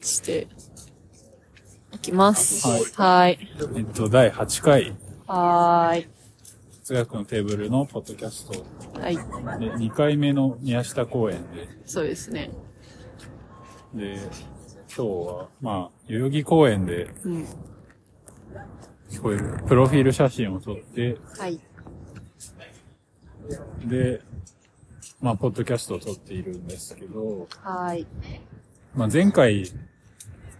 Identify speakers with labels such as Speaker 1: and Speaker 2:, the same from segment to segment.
Speaker 1: して、いきます。はい。
Speaker 2: えっと、第8回、
Speaker 1: はーい。
Speaker 2: 哲学のテーブルのポッドキャストで、
Speaker 1: はい。
Speaker 2: 2回目の宮下公園
Speaker 1: そうですね。
Speaker 2: で、で、今日は、まあ、代々木公園で、
Speaker 1: うん。
Speaker 2: こういうプロフィール写真を撮って、
Speaker 1: はい。
Speaker 2: で、まあ、ポッドキャストを撮っているんですけど、
Speaker 1: はい。
Speaker 2: まあ、前回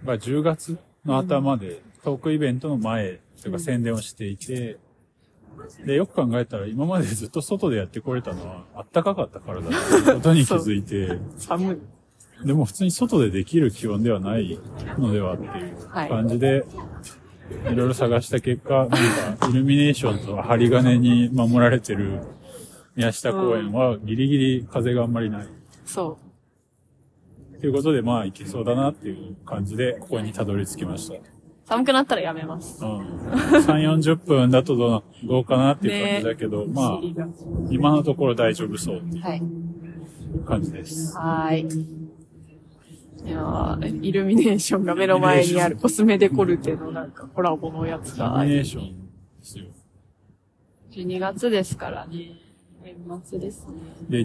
Speaker 2: は10月の頭で、トークイベントの前というか宣伝をしていて、で、よく考えたら今までずっと外でやってこれたのは、あったかかったからだということに気づいて、
Speaker 1: 寒い。
Speaker 2: でも普通に外でできる気温ではないのではっていう感じで、い、ろいろ探した結果、なんかイルミネーションと針金に守られてる宮下公園はギリギリ風があんまりない。
Speaker 1: そ
Speaker 2: ということで、まあ、いけそうだなっていう感じで、ここにたどり着きまし
Speaker 1: う。寒くなったらやめます。
Speaker 2: た。うん。3、40分だとどうなどうかなっていう感じだけど、まあ、今のところ大丈夫そうってい
Speaker 1: はい。
Speaker 2: う感じです。
Speaker 1: はーい。いやーイルミネーションが目の前にあるコスメデコルテのなんかコラボのやつ
Speaker 2: イ
Speaker 1: が
Speaker 2: ルミ、ネーションですよ。
Speaker 1: 12月ですからね。年末ですね。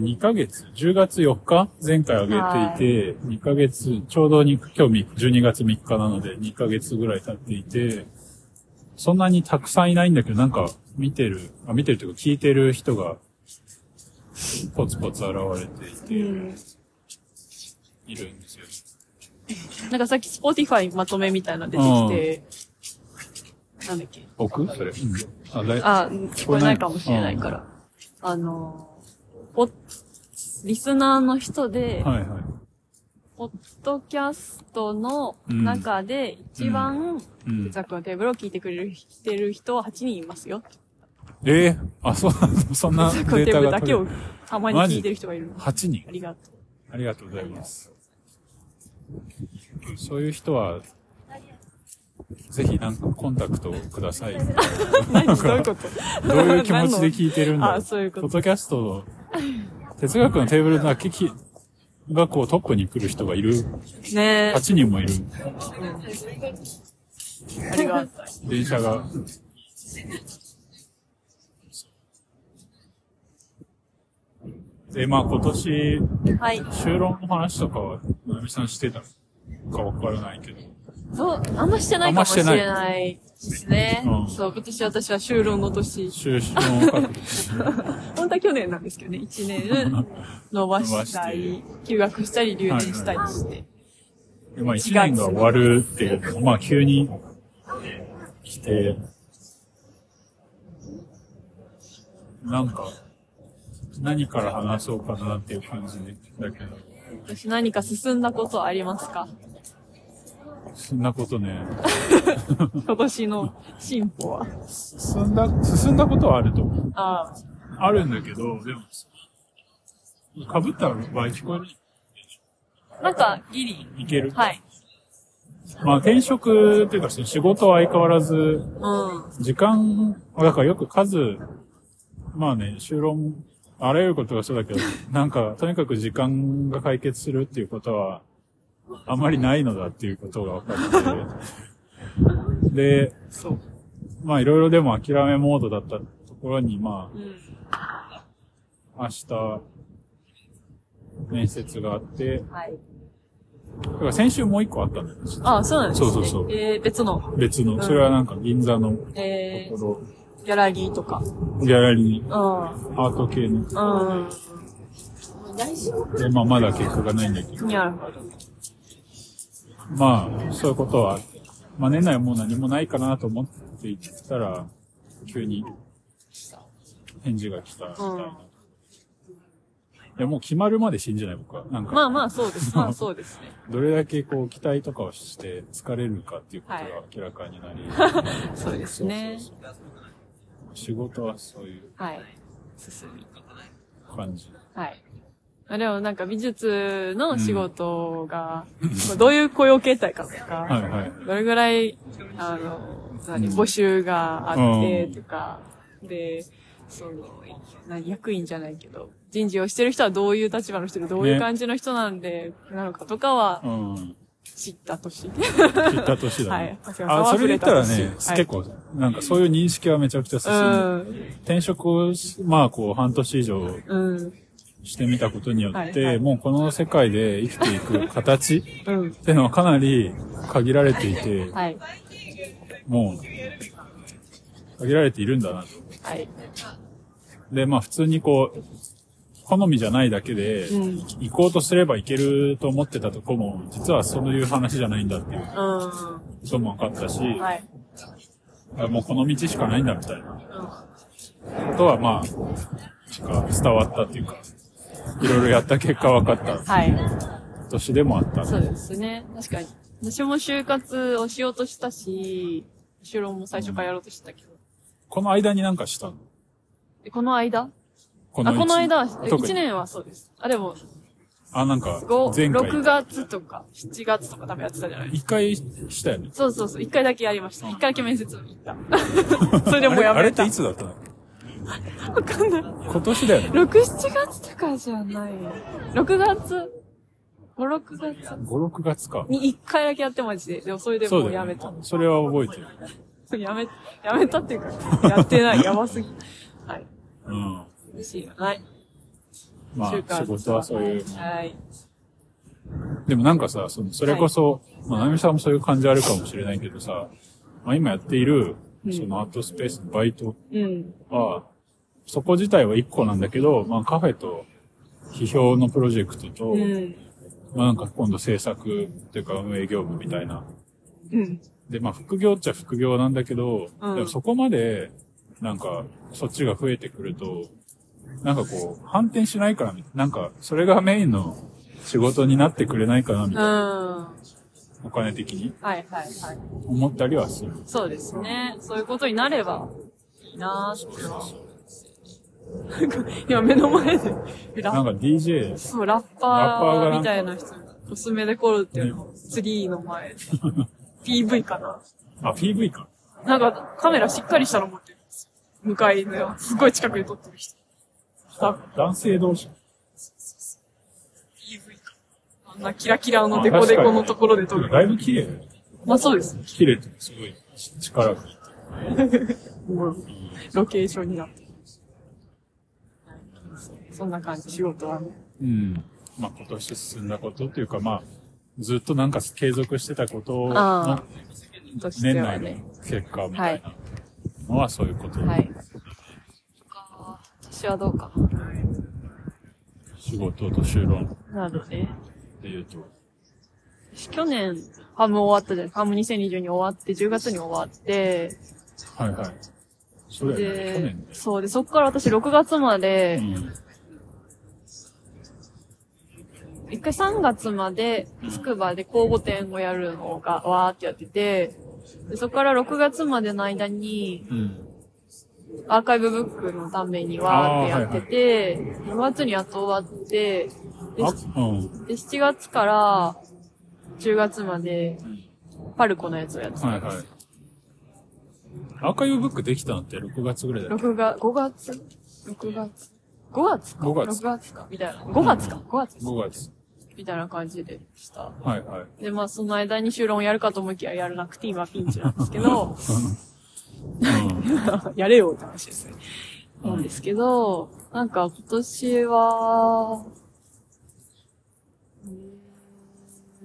Speaker 2: で、2ヶ月、10月4日、前回あげていて、2ヶ月、ちょうどに今日12月3日なので、2ヶ月ぐらい経っていて、そんなにたくさんいないんだけど、なんか見てる、あ見てるというか聞いてる人が、ポツポツ現れていて、いるんですよ。
Speaker 1: なんかさっき Spotify まとめみたいなの出てきて、なんだっけ
Speaker 2: 僕それ。うんあ、だい
Speaker 1: あ、聞こえないかもしれないから。あの、ポリスナーの人で、
Speaker 2: はいはい。
Speaker 1: ポッドキャストの中で一番、
Speaker 2: うん。
Speaker 1: ザックのテーブルを聞いてくれる、してる人は8人いますよ。
Speaker 2: えーあ、そうなんだ。そんな
Speaker 1: ザッ
Speaker 2: デ
Speaker 1: クのテ
Speaker 2: ー
Speaker 1: ー
Speaker 2: タ
Speaker 1: ブル
Speaker 2: が
Speaker 1: だ
Speaker 2: 取
Speaker 1: け
Speaker 2: れ
Speaker 1: をたまに聞いてる人がいる。
Speaker 2: 8人
Speaker 1: あ。りがとう。
Speaker 2: ありがとうございます。そういう人は、ぜひなんかコンタクトをください。
Speaker 1: 何どういうこと
Speaker 2: どういう気持ちで 聞いてるんだ
Speaker 1: あそういうこと
Speaker 2: ポッドキャストを、哲学のテーブルだけきがこうトップに来る人がいる。
Speaker 1: ねえ。
Speaker 2: 8人もいる。
Speaker 1: ありがとう。
Speaker 2: 電車が。で、まあ今年、
Speaker 1: はい。
Speaker 2: 就労の話とかは、なみさんしてたかわからないけど。
Speaker 1: そう、あんましてないかもしれないですね
Speaker 2: う。ん
Speaker 1: そう、今年私は就労の年。
Speaker 2: 就職の確率。
Speaker 1: 本当は去年なんですけどね、1年 伸ばしたり、休学したり、留年したりして。
Speaker 2: まあ一年が終わるっていうのがまあ急に来て、なんか、何から話そうかなっていう感じだけど、
Speaker 1: 私何か進んだことあります か
Speaker 2: そんなことね、
Speaker 1: 今年の進歩は。
Speaker 2: 進んだ、進んだことはあると思う。
Speaker 1: あ
Speaker 2: あるんだけど、でも、被った場合聞こえる
Speaker 1: あ。なんか、ギリ。
Speaker 2: いける
Speaker 1: はい。
Speaker 2: まあ転職っていうかその仕事は相変わらず
Speaker 1: うん。
Speaker 2: 時間、だからよく数、まあね、就労も、あらゆることがそうだけど、なんか、とにかく時間が解決するっていうことは、あまりないのだっていうことが分かって、で、
Speaker 1: そう。
Speaker 2: まあいろいろでも諦めモードだったところに、ま
Speaker 1: うん。
Speaker 2: あ、明日、面接があって、
Speaker 1: はい。
Speaker 2: だから先週もう一個あったんだよね、
Speaker 1: ああ、そうなんですね。
Speaker 2: そうそうそう
Speaker 1: えー、別の、
Speaker 2: 別の。それはなんか銀座のと
Speaker 1: えー、
Speaker 2: こ
Speaker 1: ギャラリーとか。
Speaker 2: ろ、ギャラリー、
Speaker 1: う
Speaker 2: アート系の。
Speaker 1: ん。うん。
Speaker 2: で、まあまだ結果がないんだけど、
Speaker 1: なるほど。
Speaker 2: まあ、そういうことは、まあ年内はもう何もないかなと思っていたら、急に返事が来たみたいな。
Speaker 1: うん
Speaker 2: いや、もう決まるまで死んじゃない僕は。なん
Speaker 1: ま
Speaker 2: か、
Speaker 1: あまあ、そうです。まあそうですね。
Speaker 2: どれだけこう期待とかをして疲れるかっていうことが明らかになり、
Speaker 1: そうですね。
Speaker 2: そうそうそう仕事はそういう
Speaker 1: はい。進み。
Speaker 2: 感じ。
Speaker 1: はい。あでもなんか美術の仕事が、まあどういう雇用形態かとか、
Speaker 2: はいはい。
Speaker 1: どれぐらい、あの、何、
Speaker 2: うん
Speaker 1: 募集があって
Speaker 2: うん
Speaker 1: とか、で、その、何、役員じゃないけど、人事をしてる人はどういう立場の人で、どういう
Speaker 2: ね
Speaker 1: 感じの人なんで、なのかとかは、
Speaker 2: うん。
Speaker 1: 知った 年。
Speaker 2: 知った年だ
Speaker 1: は
Speaker 2: ね
Speaker 1: い。。長谷川さん
Speaker 2: あ、
Speaker 1: は
Speaker 2: それで言ったら
Speaker 1: 触
Speaker 2: ね
Speaker 1: れ、た年
Speaker 2: 結構、なんかそういう認識はめちゃくちゃ進んで、転職をし、まあこう半年以上
Speaker 1: うん。うん。
Speaker 2: してみたことによっ
Speaker 1: はいは
Speaker 2: て、
Speaker 1: い
Speaker 2: もうこの世界で生きていく形っ
Speaker 1: うん。
Speaker 2: てのはかなり限られていて、
Speaker 1: はい。
Speaker 2: もう、限られているんだなと。
Speaker 1: はい。
Speaker 2: で、まあ普通にこう、好みじゃないだけで、
Speaker 1: うん
Speaker 2: 行こうとすれば行けると思ってたとこも、実はそういう話じゃないんだっていう
Speaker 1: うん。は
Speaker 2: ことも分かったし、
Speaker 1: い。
Speaker 2: あもうこの道しかないんだみたいな
Speaker 1: うん。
Speaker 2: ことはまあ、なんか伝わったっていうか、いろいろやった結果分かった
Speaker 1: はい。
Speaker 2: 年でもあった。
Speaker 1: そうですね。確かに。私も就活をしようとしたし、就労も最初からやろうとしてたけど。
Speaker 2: この間になんかしたの
Speaker 1: でこの間
Speaker 2: こ
Speaker 1: あ、この間は、
Speaker 2: 特に
Speaker 1: 1年はそうです。あ、でも、
Speaker 2: あ、なんか前
Speaker 1: 5、
Speaker 2: 回。
Speaker 1: 6月とか、7月とか多分やってたじゃない
Speaker 2: 一回したよね。
Speaker 1: そうそうそう、1回だけやりました。1回だけ面接に行った。そ れでもうや
Speaker 2: あれあれ
Speaker 1: め。
Speaker 2: ったてい
Speaker 1: わ
Speaker 2: つだったの
Speaker 1: かんない。
Speaker 2: 今年だよね。
Speaker 1: 6、7月とかじゃない。6月、5、6月
Speaker 2: 5、6月か。
Speaker 1: に1回だけやってマジで。でもそれで
Speaker 2: そ
Speaker 1: も
Speaker 2: うだ
Speaker 1: うや
Speaker 2: よ、
Speaker 1: め
Speaker 2: ね
Speaker 1: た。。
Speaker 2: それは覚えてる。
Speaker 1: やめ、 やめたっていうか、やって ない。やばすぎ。はい。
Speaker 2: うん。
Speaker 1: 嬉しいよ。はい。
Speaker 2: まあ、
Speaker 1: 就活
Speaker 2: 仕事はそういう。
Speaker 1: はい。
Speaker 2: でもなんかさ、そのそれこそ、まあ、なみさんもそういう感じあるかもしれないけどさ、まあ今やっている、そのアートスペースのバイト
Speaker 1: うん。
Speaker 2: は、そこ自体は1個なんだけど、まあカフェと、批評のプロジェクトと、
Speaker 1: うん。
Speaker 2: まあなんか今度制作っていうか運営業務みたいな。
Speaker 1: うん。
Speaker 2: で、まあ副業っちゃ副業なんだけど、
Speaker 1: うん
Speaker 2: でもそこまで、なんか、そっちが増えてくると、なんかこう、反転しないから、なんか、それがメインの仕事になってくれないかな、み
Speaker 1: うん。
Speaker 2: たいな、
Speaker 1: は
Speaker 2: お金的に
Speaker 1: いはいはい。
Speaker 2: 思ったりはする。
Speaker 1: そうですね。そういうことになればいいなーっていうのは。今目の前で、ラ
Speaker 2: な
Speaker 1: ッ
Speaker 2: んか DJ、
Speaker 1: そう、ラッ
Speaker 2: ラッパー
Speaker 1: パ
Speaker 2: が
Speaker 1: ーみたいな人が、コスメでコるっていうのを、ツリーの前で、PV かな。
Speaker 2: あ、PV か。
Speaker 1: なんかカメラしっかりしたの持ってるんですよ。向かいの、すごい近くで撮ってる人。あ
Speaker 2: 男性同士。
Speaker 1: PV か。あんなキラキラのデコデコのところで撮る。
Speaker 2: だいぶ綺麗。
Speaker 1: まあそうです。
Speaker 2: 綺麗ってすごい力が。
Speaker 1: もうロケーションになってるそんな感じ、仕事はね。
Speaker 2: うん。まあ今年進んだことっていうか、まあ、ずっとなんか継続してたこと
Speaker 1: あ
Speaker 2: の
Speaker 1: あとして
Speaker 2: 年
Speaker 1: は
Speaker 2: 内の
Speaker 1: ね。
Speaker 2: 結果みたいなのはそういうこと。
Speaker 1: はい。私はどうか
Speaker 2: 仕事と就労
Speaker 1: な。なので、
Speaker 2: で言うと。
Speaker 1: 去年、ファム終わったじゃないファム2022終わって、10月に終わって、
Speaker 2: はいはい。それやね、去
Speaker 1: で
Speaker 2: 年、
Speaker 1: そうで、そこから私6月まで、
Speaker 2: ね。うん。
Speaker 1: 一回3月まで、つくばで公募展をやるのが、わーってやってて、でそこから6月までの間に、
Speaker 2: うん。
Speaker 1: アーカイブブックのためにわーってやってて、6月にやっと終わって、で
Speaker 2: あ、うん。
Speaker 1: で7月から10月まで、パルコのやつをやってた
Speaker 2: はい
Speaker 1: んで
Speaker 2: は
Speaker 1: す。
Speaker 2: い。アーカイブブックできたのって6月ぐらいだっけ
Speaker 1: 6月、5月 ?6 月 ?5 月か
Speaker 2: 5月
Speaker 1: ?6 月かみたいな。5月か ?5 月です
Speaker 2: ?5 月。
Speaker 1: みたいな感じでした。
Speaker 2: はいはい。
Speaker 1: で、まあ、その間に修論やるかと思いきややらなくて今ピンチなんですけ ど、
Speaker 2: うん。
Speaker 1: やれよって話ですね。なんですけど、なんか今年は、う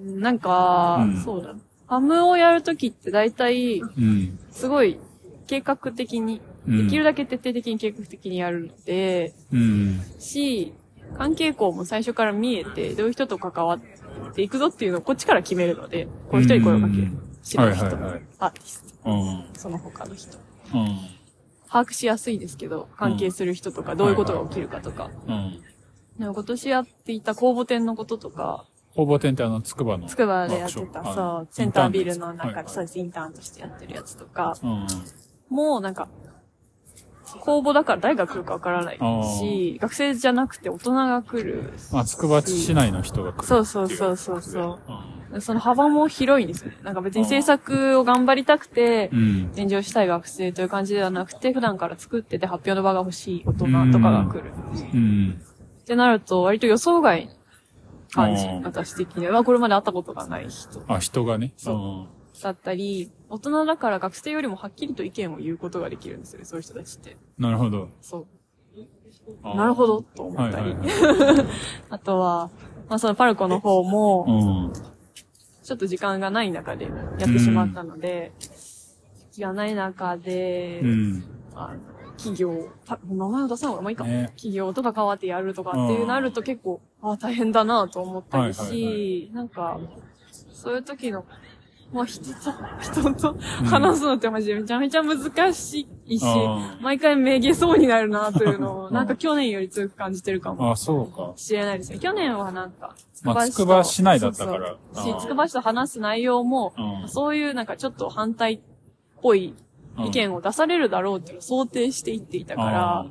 Speaker 1: ーんなんか、
Speaker 2: うん
Speaker 1: そうだ。ハムをやるときって大体、
Speaker 2: うん。
Speaker 1: すごい計画的に、
Speaker 2: うん
Speaker 1: できるだけ徹底的に計画的にやるので、
Speaker 2: うん。
Speaker 1: し、関係校も最初から見えて、どういう人と関わっていくぞっていうのをこっちから決めるので、こういう人に声をかけ
Speaker 2: う
Speaker 1: る
Speaker 2: ん。
Speaker 1: 知らない人、
Speaker 2: はいはいはい
Speaker 1: アーティス
Speaker 2: うん。
Speaker 1: ト、その他の人。
Speaker 2: うん。
Speaker 1: 把握しやすいですけど、関係する人とか、どういうことが起きるかとか。
Speaker 2: うん。
Speaker 1: でも今年やっていた公募展のこととか、
Speaker 2: 工房店ってあの、つくばの。
Speaker 1: つくばでやってた、そう、センタービルの中で、そう
Speaker 2: う。
Speaker 1: です、インターンとしてやってるやつとか、
Speaker 2: うん。
Speaker 1: もうなんか、公募だから誰が来るかわからないし、学生じゃなくて大人が来る。
Speaker 2: まあ、つくば市内の人が来る。
Speaker 1: そうそうそうそうそう。
Speaker 2: う
Speaker 1: その幅も広いんですよね。なんか別に制作を頑張りたくて、
Speaker 2: ん。
Speaker 1: 展示をしたい学生という感じではなくて、普段から作ってて発表の場が欲しい大人とかが来る。
Speaker 2: うん。
Speaker 1: ってなると、割と予想外感じ
Speaker 2: う。ん
Speaker 1: 私的には。これまで会ったことがない人
Speaker 2: あ、人がね。
Speaker 1: そうだったり、大人だから学生よりもはっきりと意見を言うことができるんですよね、そういう人たちって。
Speaker 2: うん。なるほど。
Speaker 1: そ
Speaker 2: あ
Speaker 1: う。
Speaker 2: ー
Speaker 1: なるほど、と思
Speaker 2: は
Speaker 1: っ
Speaker 2: い
Speaker 1: た
Speaker 2: はい
Speaker 1: り。
Speaker 2: はい。
Speaker 1: あとは、まあそのパルコの方も、
Speaker 2: うん。
Speaker 1: ちょっと時間がない中でやってしまったので、時間がない中で、
Speaker 2: うん。
Speaker 1: あの企業、た名前を出さない方がまあいいか、
Speaker 2: ね
Speaker 1: 企業とか変わってやるとかっていううんなると結構、ああ、大変だなと思ったりし、
Speaker 2: はいはい
Speaker 1: なんか、そういう時の、まあ人と、人と話すのってマジでめちゃめちゃ難しいし、
Speaker 2: あー
Speaker 1: 毎回めげそうになるなというのを、
Speaker 2: うん
Speaker 1: なんか去年より強く感じてるかも。
Speaker 2: あ、そうか。
Speaker 1: 知れないですね。去年はなんか、
Speaker 2: まあ、
Speaker 1: 市
Speaker 2: つ
Speaker 1: と
Speaker 2: くば市内だったか。ら。
Speaker 1: そうそうし、つく
Speaker 2: あ
Speaker 1: ば市と話す内容も、
Speaker 2: ー
Speaker 1: そういうなんかちょっと反対っぽい
Speaker 2: うん。
Speaker 1: 意見を出されるだろうっていうのを想定していっていたから、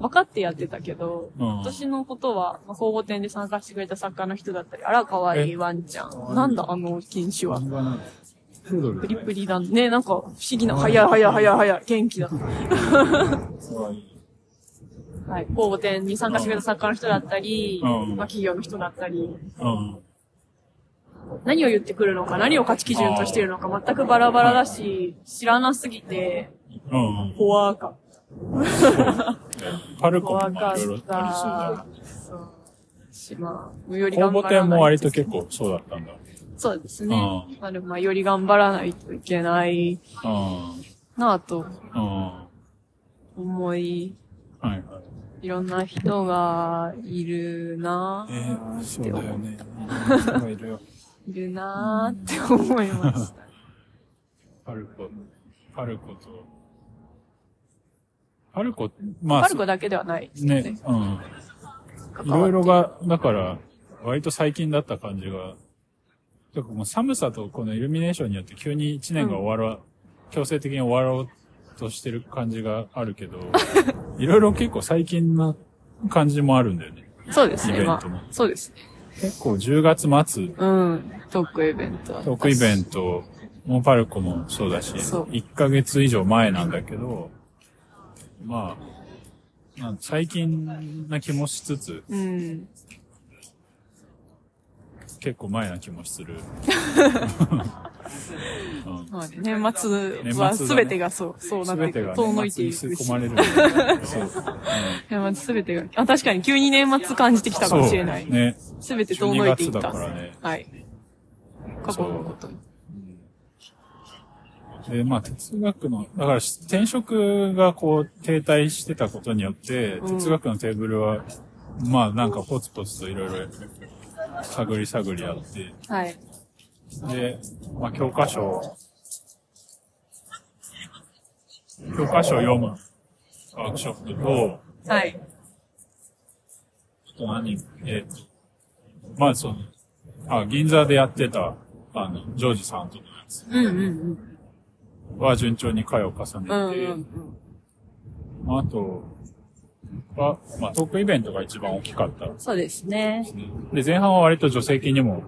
Speaker 1: 分かってやってたけど、
Speaker 2: うん。うん。
Speaker 1: 私のことは、まあ、公募展で参加してくれた作家の人だったり、あら、可愛いワンちゃん。なんだ、あの犬種は。プリプリだね。なんか、不思議な。早い早い早い早い。元気だ。はい。公募展に参加してくれた作家の人だったり、
Speaker 2: うん
Speaker 1: まあ、企業の人だったり、
Speaker 2: うん。
Speaker 1: 何を言ってくるのか、何を価値基準としているのか、全くバラバラだし、知らなすぎて、
Speaker 2: うん。
Speaker 1: 怖かっ
Speaker 2: パル
Speaker 1: た。
Speaker 2: コも
Speaker 1: 怖
Speaker 2: ま
Speaker 1: か
Speaker 2: あいろいろ
Speaker 1: った。
Speaker 2: あ
Speaker 1: そう。しまあ、よ
Speaker 2: り
Speaker 1: り
Speaker 2: そうだ。
Speaker 1: 頑張
Speaker 2: 公募
Speaker 1: らないと
Speaker 2: 展も割と結構そうだったんだ。
Speaker 1: そうですね
Speaker 2: う。
Speaker 1: まあでもまあ、より頑張らないといけない
Speaker 2: うん。うん。
Speaker 1: なぁと
Speaker 2: は
Speaker 1: 思い、
Speaker 2: いはい。
Speaker 1: いろんな人がいるな
Speaker 2: え
Speaker 1: ぁ、
Speaker 2: ー、そうだよね。人がいるよ。
Speaker 1: いるなぁって思い ました。
Speaker 2: パルコ、パルコと、パルコ、まあ、
Speaker 1: パルコだけではないですね。
Speaker 2: ね、うん。
Speaker 1: 関
Speaker 2: い
Speaker 1: わっ
Speaker 2: ろいろが、だから、割と最近だった感じが、とかもう寒さとこのイルミネーションによって急に一年が終わら、強制的に終わろうとしてる感じがあるけど、 いろいろ結構最近な感じもあるんだよね。
Speaker 1: そうです
Speaker 2: イ
Speaker 1: ね。
Speaker 2: ベン
Speaker 1: ま
Speaker 2: トも
Speaker 1: あ、そうですね。
Speaker 2: 結構10月末、
Speaker 1: うん。トークイベント。
Speaker 2: トークイベントもパルコもそうだし、
Speaker 1: そう
Speaker 2: 1ヶ月以上前なんだけど、まあ、なん最近な気もしつつ、
Speaker 1: うん。
Speaker 2: 結構前な気もする。うん
Speaker 1: まあね、年末
Speaker 2: 年
Speaker 1: は
Speaker 2: 末だね
Speaker 1: 全てがそう、そうなっ
Speaker 2: 全
Speaker 1: て
Speaker 2: て
Speaker 1: く
Speaker 2: が
Speaker 1: る。
Speaker 2: ね
Speaker 1: 遠のいていくし。
Speaker 2: 末に吸い込まれる。 そう。うん
Speaker 1: 年末全てが。あ、確かに急に年末感じてきたかもしれない
Speaker 2: そう。ね。
Speaker 1: 全て遠
Speaker 2: 12
Speaker 1: のいていっ
Speaker 2: 月だか
Speaker 1: た。
Speaker 2: らね。
Speaker 1: はい。過去のことに。
Speaker 2: で、まあ、哲学の、だから転職がこう停滞してたことによって、
Speaker 1: うん
Speaker 2: 哲学のテーブルは、まあなんかポツポツといろいろ探り探りあって、
Speaker 1: はい。
Speaker 2: で、まあ教科書を、教科書を読むワークショップと、
Speaker 1: はい。
Speaker 2: あと何えっ、と、まあその、あ、銀座でやってた、あの、ジョージさんとのやつ
Speaker 1: うんうんうん。
Speaker 2: は順調に回を重ねて、
Speaker 1: うんうん
Speaker 2: まああとは、まあトークイベントが一番大きかった。
Speaker 1: そうですね。
Speaker 2: で、前半は割と助成金にも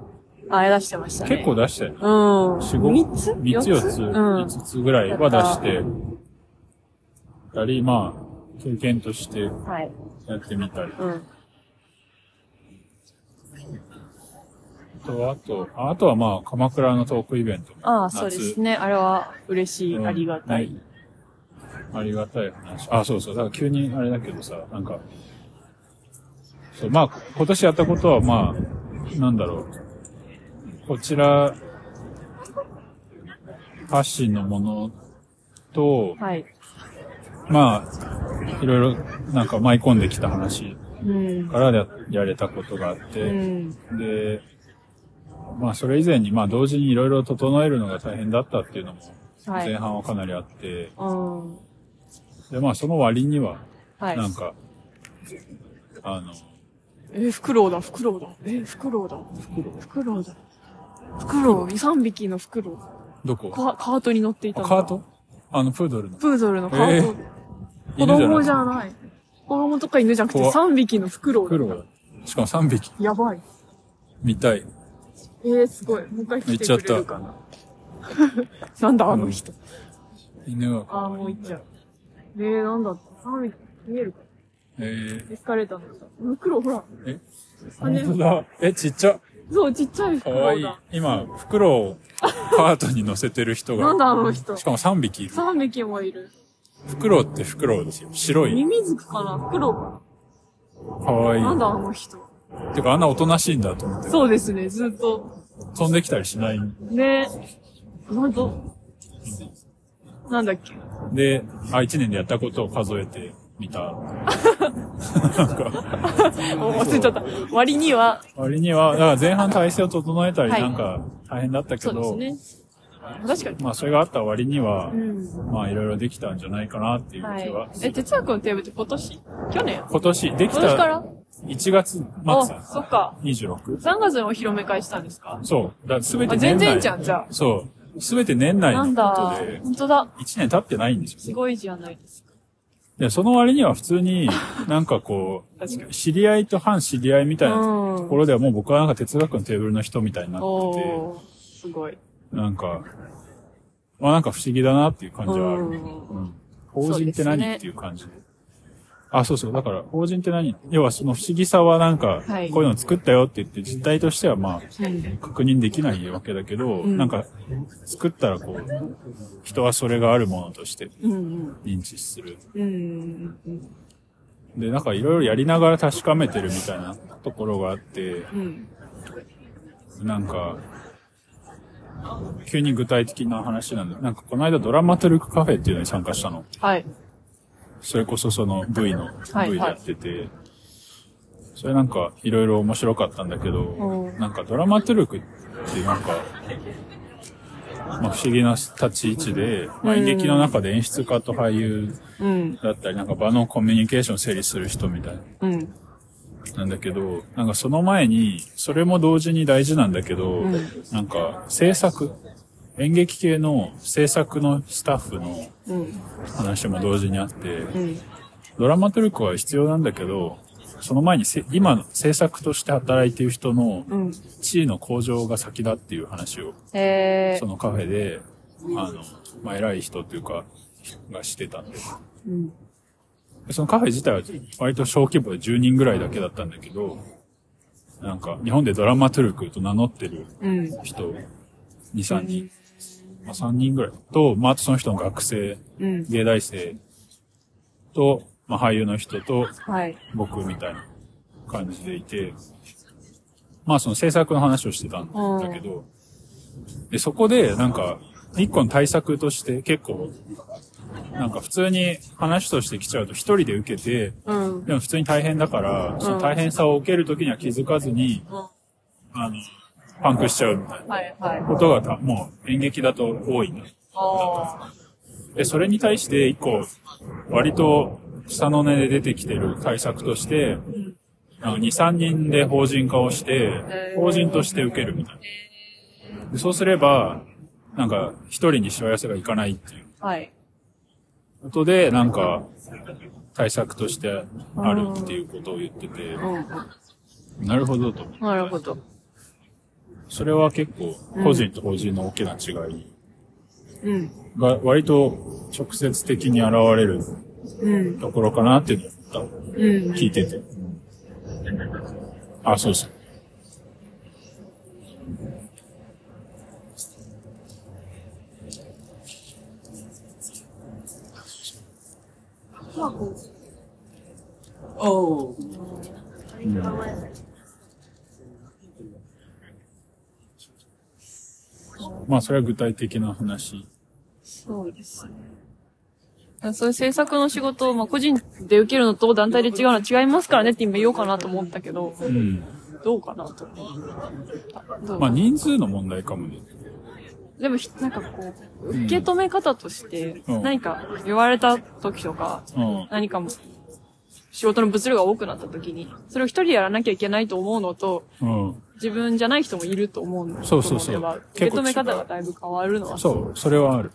Speaker 1: あ、出してましたね。
Speaker 2: 結構出したよね。
Speaker 1: うん。
Speaker 2: 四五
Speaker 1: 三つ
Speaker 2: 三つ四つ、
Speaker 1: うん
Speaker 2: 五。つぐらいは出して、たり、まあ、経験として
Speaker 1: はい。
Speaker 2: やってみたり。
Speaker 1: うん。
Speaker 2: と、あと、ああとはまあ、鎌倉のトークイベント。
Speaker 1: ああ、そうですね。あれは嬉しい、ありがたい。
Speaker 2: ねありがたい話。あ、そうそう。だから急にあれだけどさ、なんか、そう、まあ、こ今年やったことは、まあ、なんだろう。こちら、発信のものと、
Speaker 1: はい。
Speaker 2: まあ、いろいろ、なんか舞い込んできた話
Speaker 1: うん。
Speaker 2: からややれたことがあって、
Speaker 1: うん。
Speaker 2: で、まあ、それ以前に、まあ、同時にいろいろ整えるのが大変だったっていうのも、
Speaker 1: は
Speaker 2: 前
Speaker 1: い。
Speaker 2: 半はかなりあって、
Speaker 1: うん。
Speaker 2: で、まあ、その割には、
Speaker 1: はい
Speaker 2: な。んか、あの、
Speaker 1: えー、フクロウだ、フクロウだ。えー、フクロウだ。フクロウだ。フクロウ、3匹のフクロウ。
Speaker 2: どこ
Speaker 1: カカートに乗っていた
Speaker 2: あ
Speaker 1: の。
Speaker 2: カートあの、プードルの。
Speaker 1: プードルのカート。子供じゃない。子供とか犬じゃなくて
Speaker 2: 怖っ
Speaker 1: 3匹のフクロウだ。
Speaker 2: 黒しかも3匹。
Speaker 1: やばい。
Speaker 2: 見たい。
Speaker 1: えー、すごい。もう一回来てくれるかな。なんだあの人。
Speaker 2: 犬は可愛
Speaker 1: ああ、もう行っちゃう。えー、なんだった ?3 匹見えるか
Speaker 2: えー
Speaker 1: エスカレーターの下。フクロウ、ほら。
Speaker 2: え
Speaker 1: あね
Speaker 2: 本当だ。え、ちっちゃ。
Speaker 1: そう、ちっちゃい
Speaker 2: か
Speaker 1: 袋が。
Speaker 2: わいい。今、袋をカートに乗せてる人が。
Speaker 1: なんだあの人
Speaker 2: し。かも3匹いる。
Speaker 1: 3匹もいる。
Speaker 2: 袋って袋ですよ。白い。
Speaker 1: ミミズクかな袋か
Speaker 2: かわい
Speaker 1: な。
Speaker 2: い。
Speaker 1: なんだあの人。
Speaker 2: てか、あんなおとなしいんだと思って。
Speaker 1: そうですね、ずっと。
Speaker 2: 飛んできたりしない。
Speaker 1: ね。なんと、なんだっけ。
Speaker 2: で、あ、1年でやったことを数えてみた。なんか、
Speaker 1: お忘れちゃった。割には、
Speaker 2: 割には、だから前半体制を整えたり
Speaker 1: はい
Speaker 2: なんか大変だったけ
Speaker 1: そうで
Speaker 2: ど、
Speaker 1: すね。確かに。
Speaker 2: まあそれがあった割には
Speaker 1: う、ん。
Speaker 2: まあいろいろできたんじゃないかなっていう
Speaker 1: は
Speaker 2: 気
Speaker 1: い
Speaker 2: は。。
Speaker 1: え、哲也くんのテーブルって今年去年
Speaker 2: 今年、でき
Speaker 1: 今年か
Speaker 2: た
Speaker 1: ら
Speaker 2: 1月末、
Speaker 1: あ、そっか。
Speaker 2: 26?
Speaker 1: 3月にお披露目会したんですか
Speaker 2: そう。だすべて
Speaker 1: あ、全
Speaker 2: 年
Speaker 1: 然
Speaker 2: 内。
Speaker 1: じゃん、じゃ
Speaker 2: そう。すべて年内
Speaker 1: あ。なんだ
Speaker 2: のことで、。
Speaker 1: 本当だ。
Speaker 2: 1年経ってないんですよ。
Speaker 1: すごいじゃないですか。
Speaker 2: で、その割には普通に、なんかこ
Speaker 1: 確か
Speaker 2: う、知り合いと反知り合いみたいな
Speaker 1: うん
Speaker 2: ところではもう僕はなんか哲学のテーブルの人みたいになってて、
Speaker 1: おー、すごい。
Speaker 2: なんか、まあなんか不思議だなっていう感じはある。
Speaker 1: うん
Speaker 2: うん法人って
Speaker 1: そうです
Speaker 2: 何、
Speaker 1: ね
Speaker 2: っていう感じで。あ、そうそう。だから、法人って何要はその不思議さはなんか、こう
Speaker 1: はい
Speaker 2: いうの作ったよって言って、実態としてはまあ、確認できないわけだけど、
Speaker 1: ん
Speaker 2: なんか、作ったらこう、人はそれがあるものとして
Speaker 1: うんうん
Speaker 2: 認知する。
Speaker 1: うんうんうん
Speaker 2: で、なんかいろいろやりながら確かめてるみたいなところがあって、
Speaker 1: うん
Speaker 2: なんか、急に具体的な話なんで、なんかこの間ドラマトルクカフェっていうのに参加したの。
Speaker 1: はい。
Speaker 2: それこそその V の、
Speaker 1: はい
Speaker 2: V でやってて、それなんかいろいろ面白かったんだけど
Speaker 1: う、ん
Speaker 2: なんかドラマトルクってなんか、まあ不思議な立ち位置で、まあ演劇の中で演出家と俳優
Speaker 1: うん。
Speaker 2: だったり、なんか場のコミュニケーションを整理する人みたいな。
Speaker 1: うん。
Speaker 2: なんだけど、なんかその前に、それも同時に大事なんだけど、
Speaker 1: ん
Speaker 2: なんか制作、演劇系の制作のスタッフの
Speaker 1: うん。
Speaker 2: 話も同時にあって、
Speaker 1: うん。
Speaker 2: ドラマトルクは必要なんだけど、その前にせ今の制作として働いている人の
Speaker 1: うん。
Speaker 2: 地位の向上が先だっていう話を、
Speaker 1: え
Speaker 2: そのカフェで、あの、まあ、偉い人というか、がしてたんで。
Speaker 1: ー。うん。
Speaker 2: でそのカフェ自体は割と小規模で10人ぐらいだけだったんだけど、なんか日本でドラマトゥルクと名乗ってる
Speaker 1: うん。
Speaker 2: 人、2、3人、まあ、3人ぐらいと、まあ、あとその人の学生、
Speaker 1: うん。
Speaker 2: 芸大生と、まあ、俳優の人と
Speaker 1: はい。
Speaker 2: 僕みたいな感じでいて、まあその制作の話をしてたんだけど、で、そこでなんか、一個の対策として結構、なんか普通に話として来ちゃうと一人で受けて、
Speaker 1: うん。
Speaker 2: でも普通に大変だから、その大変さを受けるときには気づかずに、あの、パンクしちゃうみたいな
Speaker 1: はい。はい。
Speaker 2: ことがたもう演劇だと多いんだ。
Speaker 1: あ
Speaker 2: で、それに対して一個、割と下の根で出てきてる対策として、なんか2、3人で法人化をして
Speaker 1: へ、ー
Speaker 2: 法人として受けるみたいな。でそうすれば、なんか一人にしわ寄せがいかないっていう
Speaker 1: ー。はい。
Speaker 2: ことで、なんか対策としてあるっていうことを言ってて、
Speaker 1: うん。
Speaker 2: なるほどと。
Speaker 1: なるほど。
Speaker 2: それは結構個人と法人の大きな違い
Speaker 1: うん。
Speaker 2: が割と直接的に現れる
Speaker 1: うん。
Speaker 2: ところかなっていうのを思っ
Speaker 1: うん。
Speaker 2: た。聞いてて。あ、そうそう。
Speaker 3: Oh.
Speaker 2: まあ、それは具体的な話。
Speaker 1: そうですね。そういう制作の仕事を、まあ、個人で受けるのと団体で違うのは違いますからねって今言おうかなと思ったけど、
Speaker 2: うん。
Speaker 1: どうかなと。あどう
Speaker 2: まあ、人数の問題かもね。
Speaker 1: でもひ、なんかこう、受け止め方として、
Speaker 2: うん
Speaker 1: 何か言われた時とか、
Speaker 2: うん。
Speaker 1: 何かも、仕事の物量が多くなった時に、それを一人でやらなきゃいけないと思うのと、
Speaker 2: うん。
Speaker 1: 自分じゃない人もいると思うの
Speaker 2: そうそうそう
Speaker 1: と思えば受け
Speaker 2: 結構違う
Speaker 1: 止め方がだいぶ変わるのは。
Speaker 2: そう、それはある。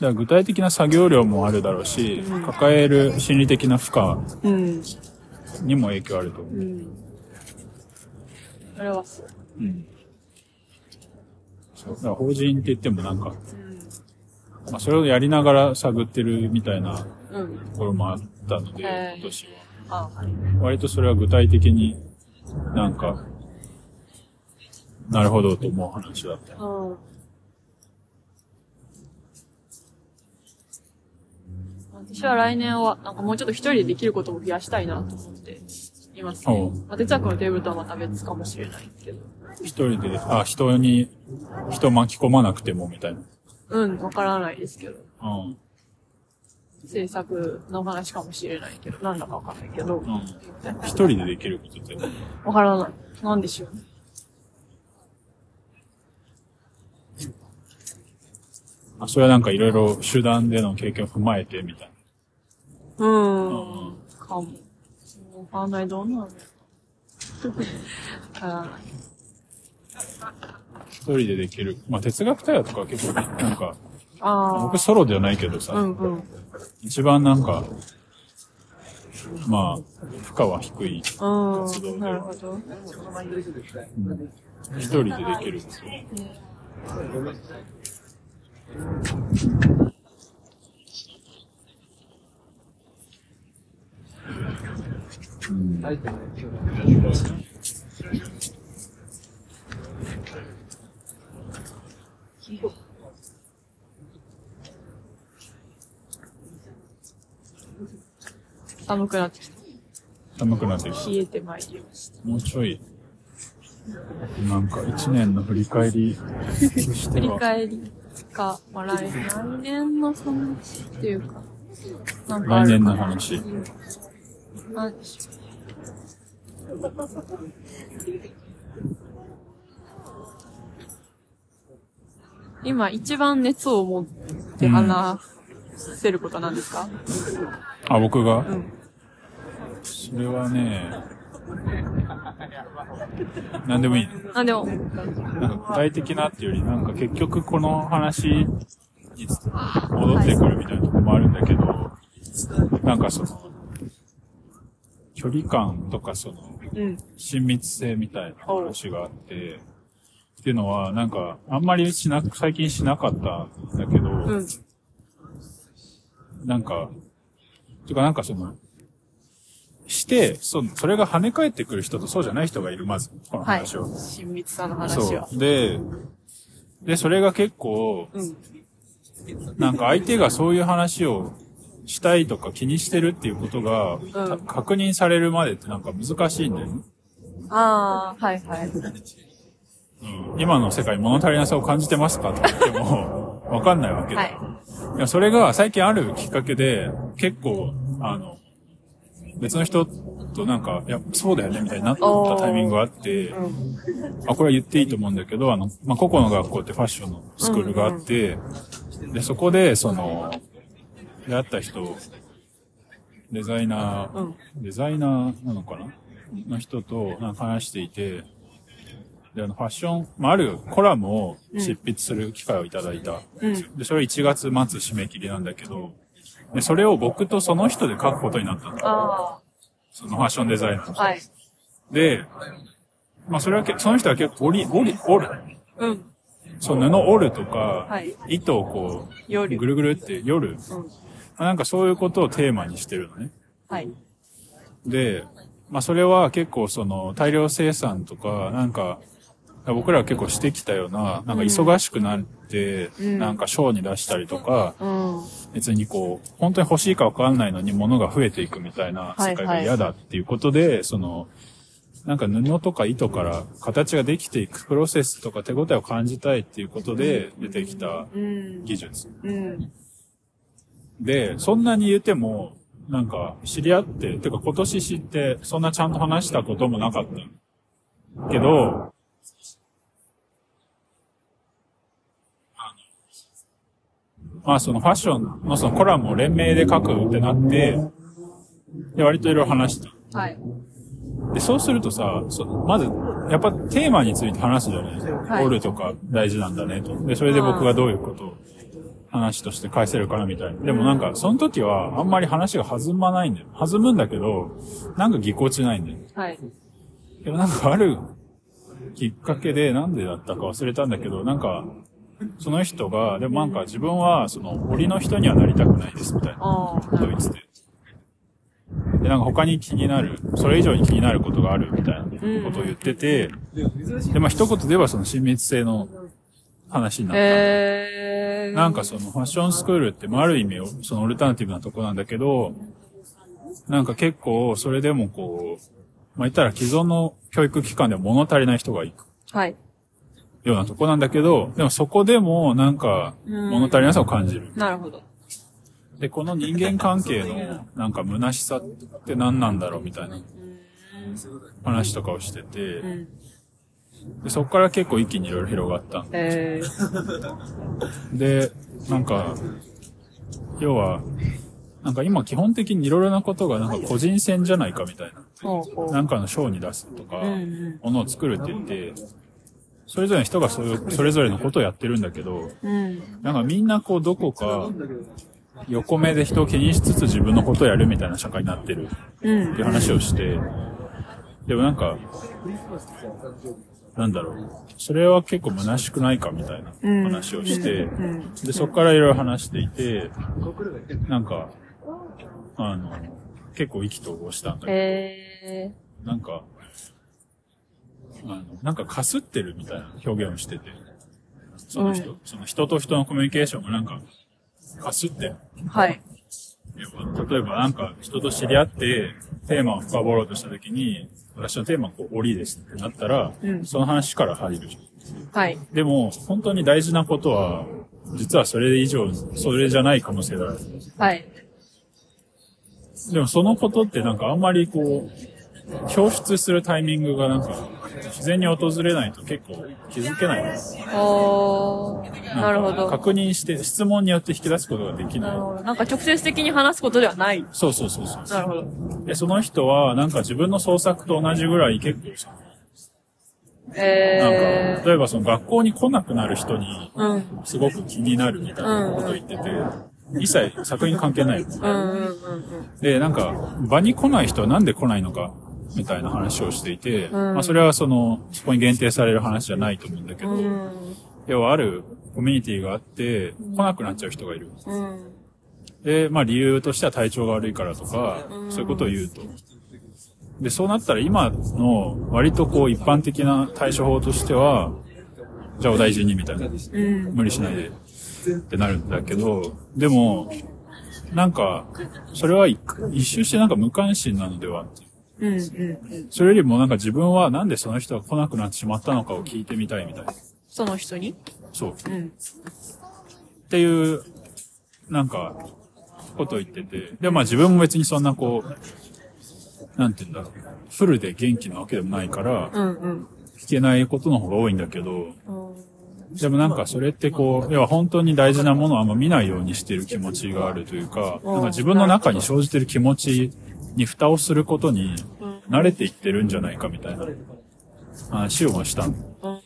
Speaker 2: だから具体的な作業量もあるだろうし、抱える心理的な負荷
Speaker 1: うん。
Speaker 2: にも影響あると思
Speaker 1: う
Speaker 2: う。
Speaker 1: ん。それはそう。
Speaker 2: うん。そう。だから法人って言ってもなんか、まあ、それをやりながら探ってるみたいな
Speaker 1: うん。
Speaker 2: ところもあったので、
Speaker 1: へー
Speaker 2: 今年は。
Speaker 1: あ、はい。
Speaker 2: 割とそれは具体的になんか、なるほどと思う話だった。
Speaker 1: うん。私は来年は、なんかもうちょっと一人でできることを増やしたいなと思っています
Speaker 2: お
Speaker 1: ね
Speaker 2: う。
Speaker 1: まあ、哲学のテーブルとはまた別かもしれないけど。
Speaker 2: 一人で、あ、人に、人巻き込まなくてもみたいな。
Speaker 1: うん、わからないですけど。
Speaker 2: うん。
Speaker 1: 制作の話かもしれないけど、なんだかわかんないけど
Speaker 2: う。ん。一人でできることって。
Speaker 1: わからない。なんでしょうね。
Speaker 2: あ、それはなんかいろいろ手段での経験を踏まえてみたいな。
Speaker 1: うーん。かも。わかんない、どうなんだろう。わからない。
Speaker 2: 一人でできる。まあ、哲学対話とか結構、なんか、
Speaker 1: あ
Speaker 2: 僕ソロではないけどさ、
Speaker 1: あ。うんうん。
Speaker 2: 一番なんか、まあ、負荷は低い。
Speaker 1: うん。なるほど。
Speaker 2: 一人でできること。
Speaker 1: 寒くなってきた。
Speaker 2: 寒くなってき
Speaker 1: 冷えてまいりました。
Speaker 2: た。もうちょい、なんか一年の振り返りとし
Speaker 1: 振
Speaker 2: て
Speaker 1: り
Speaker 2: は、
Speaker 1: 返りか、まあ、来来年の話っていうか、なんかあ
Speaker 2: 来
Speaker 1: る
Speaker 2: 年
Speaker 1: かな。
Speaker 2: の話。
Speaker 1: なんでしょう。今一番熱を持って話せることは何ですか、
Speaker 2: あ、僕が、
Speaker 1: ん
Speaker 2: それはね、なんでもいい。
Speaker 1: あ、でも、
Speaker 2: なんか具体的なっていうより、なんか結局この話に戻ってくるみたいなとこもあるんだけど、なんかその、距離感とかその、
Speaker 1: うん。
Speaker 2: 親密性みたいな話があって、っていうのは、なんか、あんまりしな、最近しなかったんだけど、
Speaker 1: うん。
Speaker 2: なんか、てかなんかその、して、そそれが跳ね返ってくる人とそうじゃない人がいる、まず、この
Speaker 1: はい。
Speaker 2: 話を。
Speaker 1: 親密さの話
Speaker 2: そ
Speaker 1: は。
Speaker 2: う。で、で、それが結構、
Speaker 1: うん。
Speaker 2: なんか相手がそういう話をしたいとか気にしてるっていうことが、た確認されるまでってなんか難しいんだよね。
Speaker 1: ああ、はいはい。
Speaker 2: うん今の世界に物足りなさを感じてますかって言っても、わかんないわけで。
Speaker 1: はい。
Speaker 2: いや、それが最近あるきっかけで、結構、あの、別の人となんか、いや、そうだよね、みたいになったタイミングがあって、
Speaker 1: うん。
Speaker 2: あ、これは言っていいと思うんだけど、あの、まあ、個々の学校ってファッションのスクールがあって、で、そこで、その、出会った人、デザイナー、
Speaker 1: うん
Speaker 2: デザイナーなのかなの人となんか話していて、で、あの、ファッション、まあ、あるコラムを執筆する機会をいただいた。
Speaker 1: うん。
Speaker 2: で、それ1月末締め切りなんだけど、で、それを僕とその人で書くことになったんだ。
Speaker 1: あ
Speaker 2: そのファッションデザイナ
Speaker 1: あ、
Speaker 2: ー。
Speaker 1: はい。
Speaker 2: で、まあそれはけ、その人は結構折り、折り、折る。
Speaker 1: うん。
Speaker 2: そう、布折るとか、
Speaker 1: はい
Speaker 2: 糸をこう、
Speaker 1: 夜
Speaker 2: ぐるぐるって
Speaker 1: う
Speaker 2: 夜、
Speaker 1: ん。
Speaker 2: まあなんかそういうことをテーマにしてるのね。
Speaker 1: はい。
Speaker 2: で、まあそれは結構その大量生産とか、なんか、僕らは結構してきたような、なんか忙しくなって、
Speaker 1: うん
Speaker 2: なんか賞に出したりとか、
Speaker 1: うん。
Speaker 2: 別にこう、本当に欲しいか分かんないのに物が増えていくみたいな世界
Speaker 1: はいは
Speaker 2: が
Speaker 1: い
Speaker 2: 嫌だっていうことで、その、なんか布とか糸から形ができていくプロセスとか手応えを感じたいっていうことで出てきた
Speaker 1: うん。
Speaker 2: 技術。
Speaker 1: うん。
Speaker 2: で、そんなに言っても、なんか知り合って、てか今年知って、そんなちゃんと話したこともなかった。けど、あのまあそのファッションのそのコラムを連名で書くってなって、で割といろいろ話した。
Speaker 1: はい。
Speaker 2: で、そうするとさ、そまず、やっぱテーマについて話すじゃない
Speaker 1: い
Speaker 2: オールとか大事なんだねと。で、それで僕がどういうことを話として返せるかなみたいな。でもなんか、その時はあんまり話が弾まないんだよ。弾むんだけど、なんかぎこちないんだよ。
Speaker 1: はい。
Speaker 2: でもなんかあるきっかけで、なんでだったか忘れたんだけど、なんか、その人が、でもなんか自分は、その、檻の人にはなりたくないですみたいな。
Speaker 1: ああ、な
Speaker 2: ド
Speaker 1: る
Speaker 2: イ
Speaker 1: ほど。
Speaker 2: ツで。で、なんか他に気になる、それ以上に気になることがあるみたいなことを言ってて、で、まあ一言で言えばその親密性の話になった。
Speaker 1: へー。
Speaker 2: なんかそのファッションスクールって、まあある意味、そのオルタナティブなとこなんだけど、なんか結構それでもこう、まあ言ったら既存の教育機関では物足りない人が行く
Speaker 1: はい。
Speaker 2: ようなとこなんだけど、でもそこでもなんか
Speaker 1: うん
Speaker 2: 物足りなさを感じる。
Speaker 1: なるほど。
Speaker 2: で、この人間関係のなんか虚しさって何なんだろうみたいな話とかをしてて
Speaker 1: う、ん。
Speaker 2: でそこから結構一気にいろいろ広がったん
Speaker 1: えー。
Speaker 2: で、なんか、要は、なんか今基本的にいろいろなことがなんか個人戦じゃないかみたい
Speaker 1: ほうほ
Speaker 2: な。
Speaker 1: う。
Speaker 2: なんかの賞に出すとか
Speaker 1: うん、うん
Speaker 2: ものを作るって言って、それぞれの人がそれそれぞれのことをやってるんだけど、
Speaker 1: うん。
Speaker 2: なんかみんなこうどこか横目で人を気にしつつ自分のことをやるみたいな社会になってる
Speaker 1: う
Speaker 2: っ
Speaker 1: ん。
Speaker 2: ていう話をして、でもなんか、なんだろう。それは結構虚しくないかみたいな
Speaker 1: うん
Speaker 2: 話をして、
Speaker 1: うん。
Speaker 2: で、そこからいろいろ話していて、なんか、あの、結構意気投合したんだけ
Speaker 1: え
Speaker 2: ど、なんか、あの、なんかかすってるみたいな表現をしてて、その人、その人と人のコミュニケーションがなんか、かすってる。
Speaker 1: ー。はい。
Speaker 2: 要は例えばなんか人と知り合って、テーマを深掘ろうとしたときに、私のテーマはこう、檻ですってなったら、
Speaker 1: うん
Speaker 2: その話から入る。
Speaker 1: はい。
Speaker 2: でも、本当に大事なことは、実はそれ以上、それじゃない可能性がある。
Speaker 1: はい。
Speaker 2: でもそのことってなんかあんまりこう、表出するタイミングがなんか、自然に訪れないと結構気づけない。
Speaker 1: おー。
Speaker 2: んか
Speaker 1: なるほど。
Speaker 2: 確認して、質問によって引き出すことができ
Speaker 1: な
Speaker 2: な
Speaker 1: る
Speaker 2: い。
Speaker 1: ほど。なんか直接的に話すことではない。
Speaker 2: そうそうそうそう。
Speaker 1: なるほど。
Speaker 2: で、その人はなんか自分の創作と同じぐらい結構、なん
Speaker 1: え
Speaker 2: か、例えばその学校に来なくなる人に
Speaker 1: ー。、うん。
Speaker 2: すごく気になるみたいなことを言ってて、一切作品関係ない。
Speaker 1: うんうんうん
Speaker 2: で、なんか、場に来ない人はなんで来ないのか、みたいな話をしていて、
Speaker 1: ん
Speaker 2: まあそれはその、そこに限定される話じゃないと思うんだけど、
Speaker 1: うん。うん。
Speaker 2: 要はあるコミュニティがあって、来なくなっちゃう人がいる。
Speaker 1: うん。
Speaker 2: で、まあ理由としては体調が悪いからとか、
Speaker 1: うん
Speaker 2: そういうことを言うと。で、そうなったら今の割とこう一般的な対処法としては、じゃあお大事にみたいな。
Speaker 1: うん。
Speaker 2: 無理しないでってなるんだけど、でも、なんか、それは一一周してなんか無関心なのではっていう
Speaker 1: うん。うん。
Speaker 2: それよりもなんか自分はなんでその人が来なくなってしまったのかを聞いてみたいみたいな。
Speaker 1: その人に
Speaker 2: そう。
Speaker 1: うん。
Speaker 2: っていう、なんか、ことを言ってて。で、まあ自分も別にそんなこう、なんて言うんだろう。フルで元気なわけでもないから、
Speaker 1: うんうん。
Speaker 2: 聞けないことの方が多いんだけど、
Speaker 1: うん
Speaker 2: でもなんかそれってこう、要は本当に大事なものをあんま見ないようにしてる気持ちがあるというか、
Speaker 1: うん
Speaker 2: なんか自分の中に生じてる気持ちに蓋をすることに
Speaker 1: うん
Speaker 2: 慣れていってるんじゃないかみたいな話をしたの。
Speaker 1: うん。
Speaker 2: い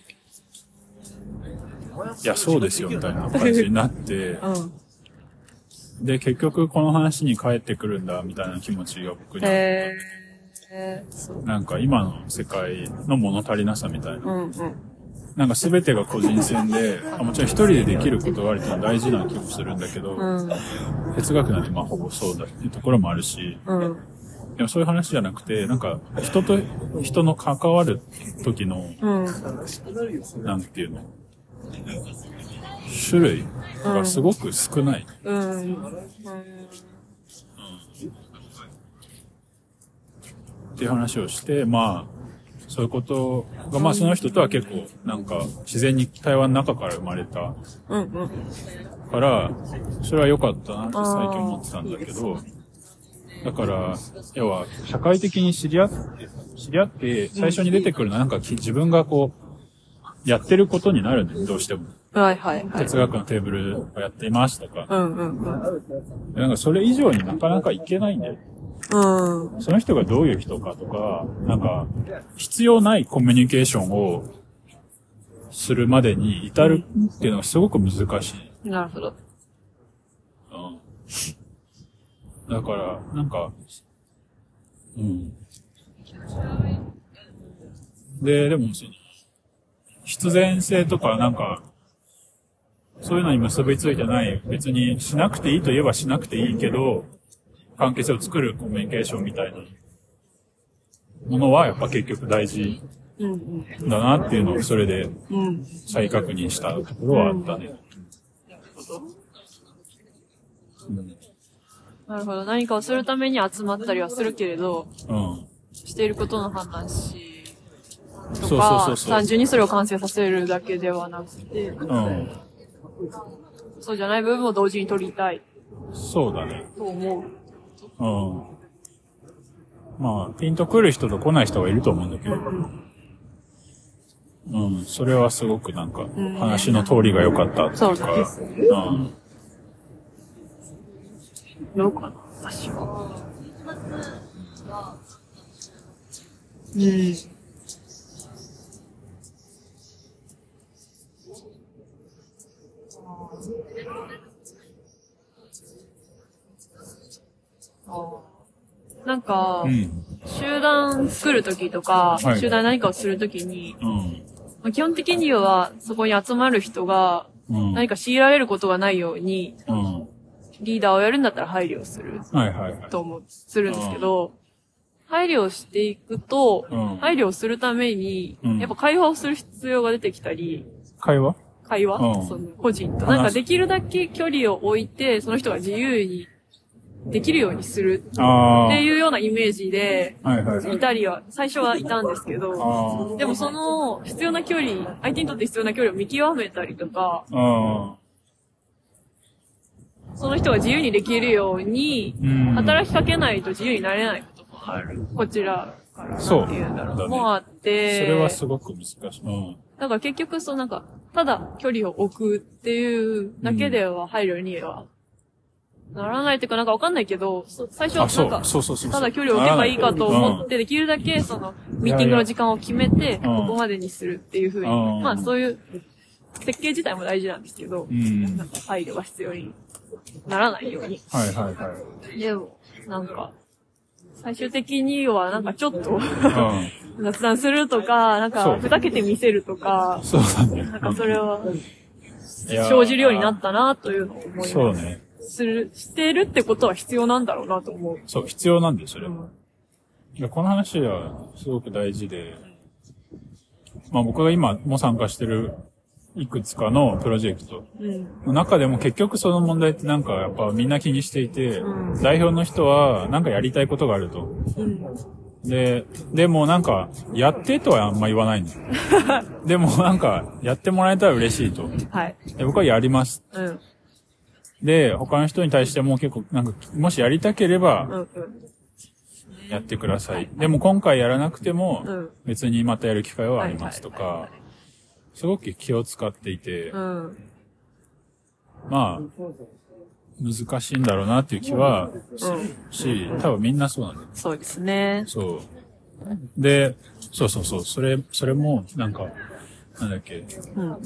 Speaker 2: や、そうですよみたいな感じになって、
Speaker 1: うん。
Speaker 2: で、結局この話に帰ってくるんだみたいな気持ちが僕にあって、
Speaker 1: えー。
Speaker 2: なんか今の世界の物足りなさみたいな。
Speaker 1: うんうん。
Speaker 2: なんか全てが個人戦で、あもちろん一人でできることがあるっていうのは大事な気もするんだけど、
Speaker 1: うん。
Speaker 2: 哲学なんてまあほぼそうだっていうところもあるし、
Speaker 1: うん。
Speaker 2: でもそういう話じゃなくて、なんか人と人の関わる時の、
Speaker 1: うん。
Speaker 2: なんていうの、種類がすごく少ない。
Speaker 1: うん。
Speaker 2: っていう話をして、まあ、そういうことが、まあその人とは結構、なんか、自然に対話の中から生まれた
Speaker 1: うん。うん。
Speaker 2: から、それは良かったなって最近思ってたんだけど、だから、要は、社会的に知り合って、知り合って、最初に出てくるのはなんかき自分がこう、やってることになるんだよ、どうしても。
Speaker 1: はいはいはい。
Speaker 2: 哲学のテーブルをやっていますとか。
Speaker 1: うんうん
Speaker 2: なんかそれ以上になかなかいけないんだよ。
Speaker 1: うん。うん。
Speaker 2: その人がどういう人かとか、なんか、必要ないコミュニケーションをするまでに至るっていうのがすごく難しい。
Speaker 1: なるほど。
Speaker 2: うん。だから、なんか、うん。で、でも、その、必然性とか、なんか、そういうのに結びついてない。別にしなくていいと言えばしなくていいけど、関係性を作るコミュニケーションみたいなものはやっぱ結局大事
Speaker 1: うん
Speaker 2: だなっていうのをそれで
Speaker 1: うん。うん。
Speaker 2: 再確認したところはあったね。うん。
Speaker 1: なるほど。何かをするために集まったりはするけれど、
Speaker 2: うん。
Speaker 1: していることの判断し、
Speaker 2: そ
Speaker 1: と
Speaker 2: うそうそ
Speaker 1: か
Speaker 2: う、そう
Speaker 1: 単。純にそれを完成させるだけではなくて、
Speaker 2: うん。
Speaker 1: そうじゃない部分も同時に取りたい
Speaker 2: そうだね。
Speaker 1: と思う。
Speaker 2: うん。まあ、ピンとくる人と来ない人がいると思うんだけど。うん、それはすごくなんか、話の通りが良かったっていうか。
Speaker 1: そう
Speaker 2: うん。
Speaker 1: どうかな、私は。うん。なんか、
Speaker 2: うん。
Speaker 1: 集団作るときとか、
Speaker 2: はい
Speaker 1: 集団何かをするときに、
Speaker 2: うん。
Speaker 1: まあ基本的にはそこに集まる人が
Speaker 2: うん。
Speaker 1: 何か強いられることがないように、
Speaker 2: うん。
Speaker 1: リーダーをやるんだったら配慮をする。
Speaker 2: はいはいはい。
Speaker 1: と思う、するんですけど、配慮をしていくと、
Speaker 2: うん
Speaker 1: 配慮をするために、
Speaker 2: うん
Speaker 1: やっぱ会話をする必要が出てきたり、
Speaker 2: 会話
Speaker 1: 会話、
Speaker 2: うん
Speaker 1: その個人と。
Speaker 2: 話す
Speaker 1: なんかできるだけ距離を置いて、その人が自由にできるようにする
Speaker 2: ああ。
Speaker 1: っていうようなイメージで、
Speaker 2: はいはいはい
Speaker 1: い。たりは、最初はいたんですけ
Speaker 2: あ
Speaker 1: ど、
Speaker 2: ー
Speaker 1: でもその必要な距離、相手にとって必要な距離を見極めたりとか、
Speaker 2: あ
Speaker 1: その人が自由にできるように、
Speaker 2: ー。うん。
Speaker 1: 働きかけないと自由になれないこともある。こちらから。
Speaker 2: そう
Speaker 1: なんて言うんだろう。
Speaker 2: だね
Speaker 1: もあって。
Speaker 2: それはすごく難しい。うん。
Speaker 1: なんか結局、そうなんか、ただ距離を置くっていうだけでは配慮には、ならないっていうか、なんかわかんないけど、そ最初は
Speaker 2: あ、そ
Speaker 1: なん
Speaker 2: う
Speaker 1: か、
Speaker 2: そうそうそうそう。
Speaker 1: ただ距離を置けばいいかと思って、できるだけその、ミーティングの時間を決めて、
Speaker 2: うん
Speaker 1: ここまでにするっていうふうに、
Speaker 2: うん
Speaker 1: まあそういう、設計自体も大事なんですけど
Speaker 2: う、ん。う
Speaker 1: なん
Speaker 2: ん。
Speaker 1: か配慮が必要にならないように
Speaker 2: はいはいはい。
Speaker 1: でも、なんか、最終的には、なんかちょっと、
Speaker 2: う
Speaker 1: 雑談するとか、なん
Speaker 2: そ
Speaker 1: か、
Speaker 2: う
Speaker 1: ふざけて見せるとか
Speaker 2: ん。、そうだね。
Speaker 1: なんかそれは、
Speaker 2: いやー
Speaker 1: 生じるようになったなというのを思います。
Speaker 2: そうね。
Speaker 1: する、してるってことは必要なんだろうなと思う。
Speaker 2: そう、必要なんで、それ
Speaker 1: う
Speaker 2: は。
Speaker 1: ん
Speaker 2: いやこの話はすごく大事で、まあ僕が今も参加してるいくつかのプロジェクト
Speaker 1: うん。
Speaker 2: の中でも結局その問題ってなんかやっぱみんな気にしていて、
Speaker 1: うん
Speaker 2: 代表の人はなんかやりたいことがあると。
Speaker 1: うん。
Speaker 2: で、でもなんか、やってとはあんま言わない んですよでもなんか、やってもらえたら嬉しいと。
Speaker 1: はい。
Speaker 2: で僕はやります。
Speaker 1: うん。
Speaker 2: で、他の人に対しても結構、なんか、もしやりたければ
Speaker 1: う、ん。うん
Speaker 2: やってください。でも今回やらなくても
Speaker 1: うん、
Speaker 2: 別にまたやる機会はありますと
Speaker 1: はいはいは
Speaker 2: か、すごく気を使っていて
Speaker 1: う、ん。
Speaker 2: まあ、難しいんだろうなっていう気は
Speaker 1: うん。
Speaker 2: し、多分みんなそうなんだよ
Speaker 1: そうですね。
Speaker 2: そう。で、そうそうそう、それ、それも、なんか、なんだっけ、
Speaker 1: うん。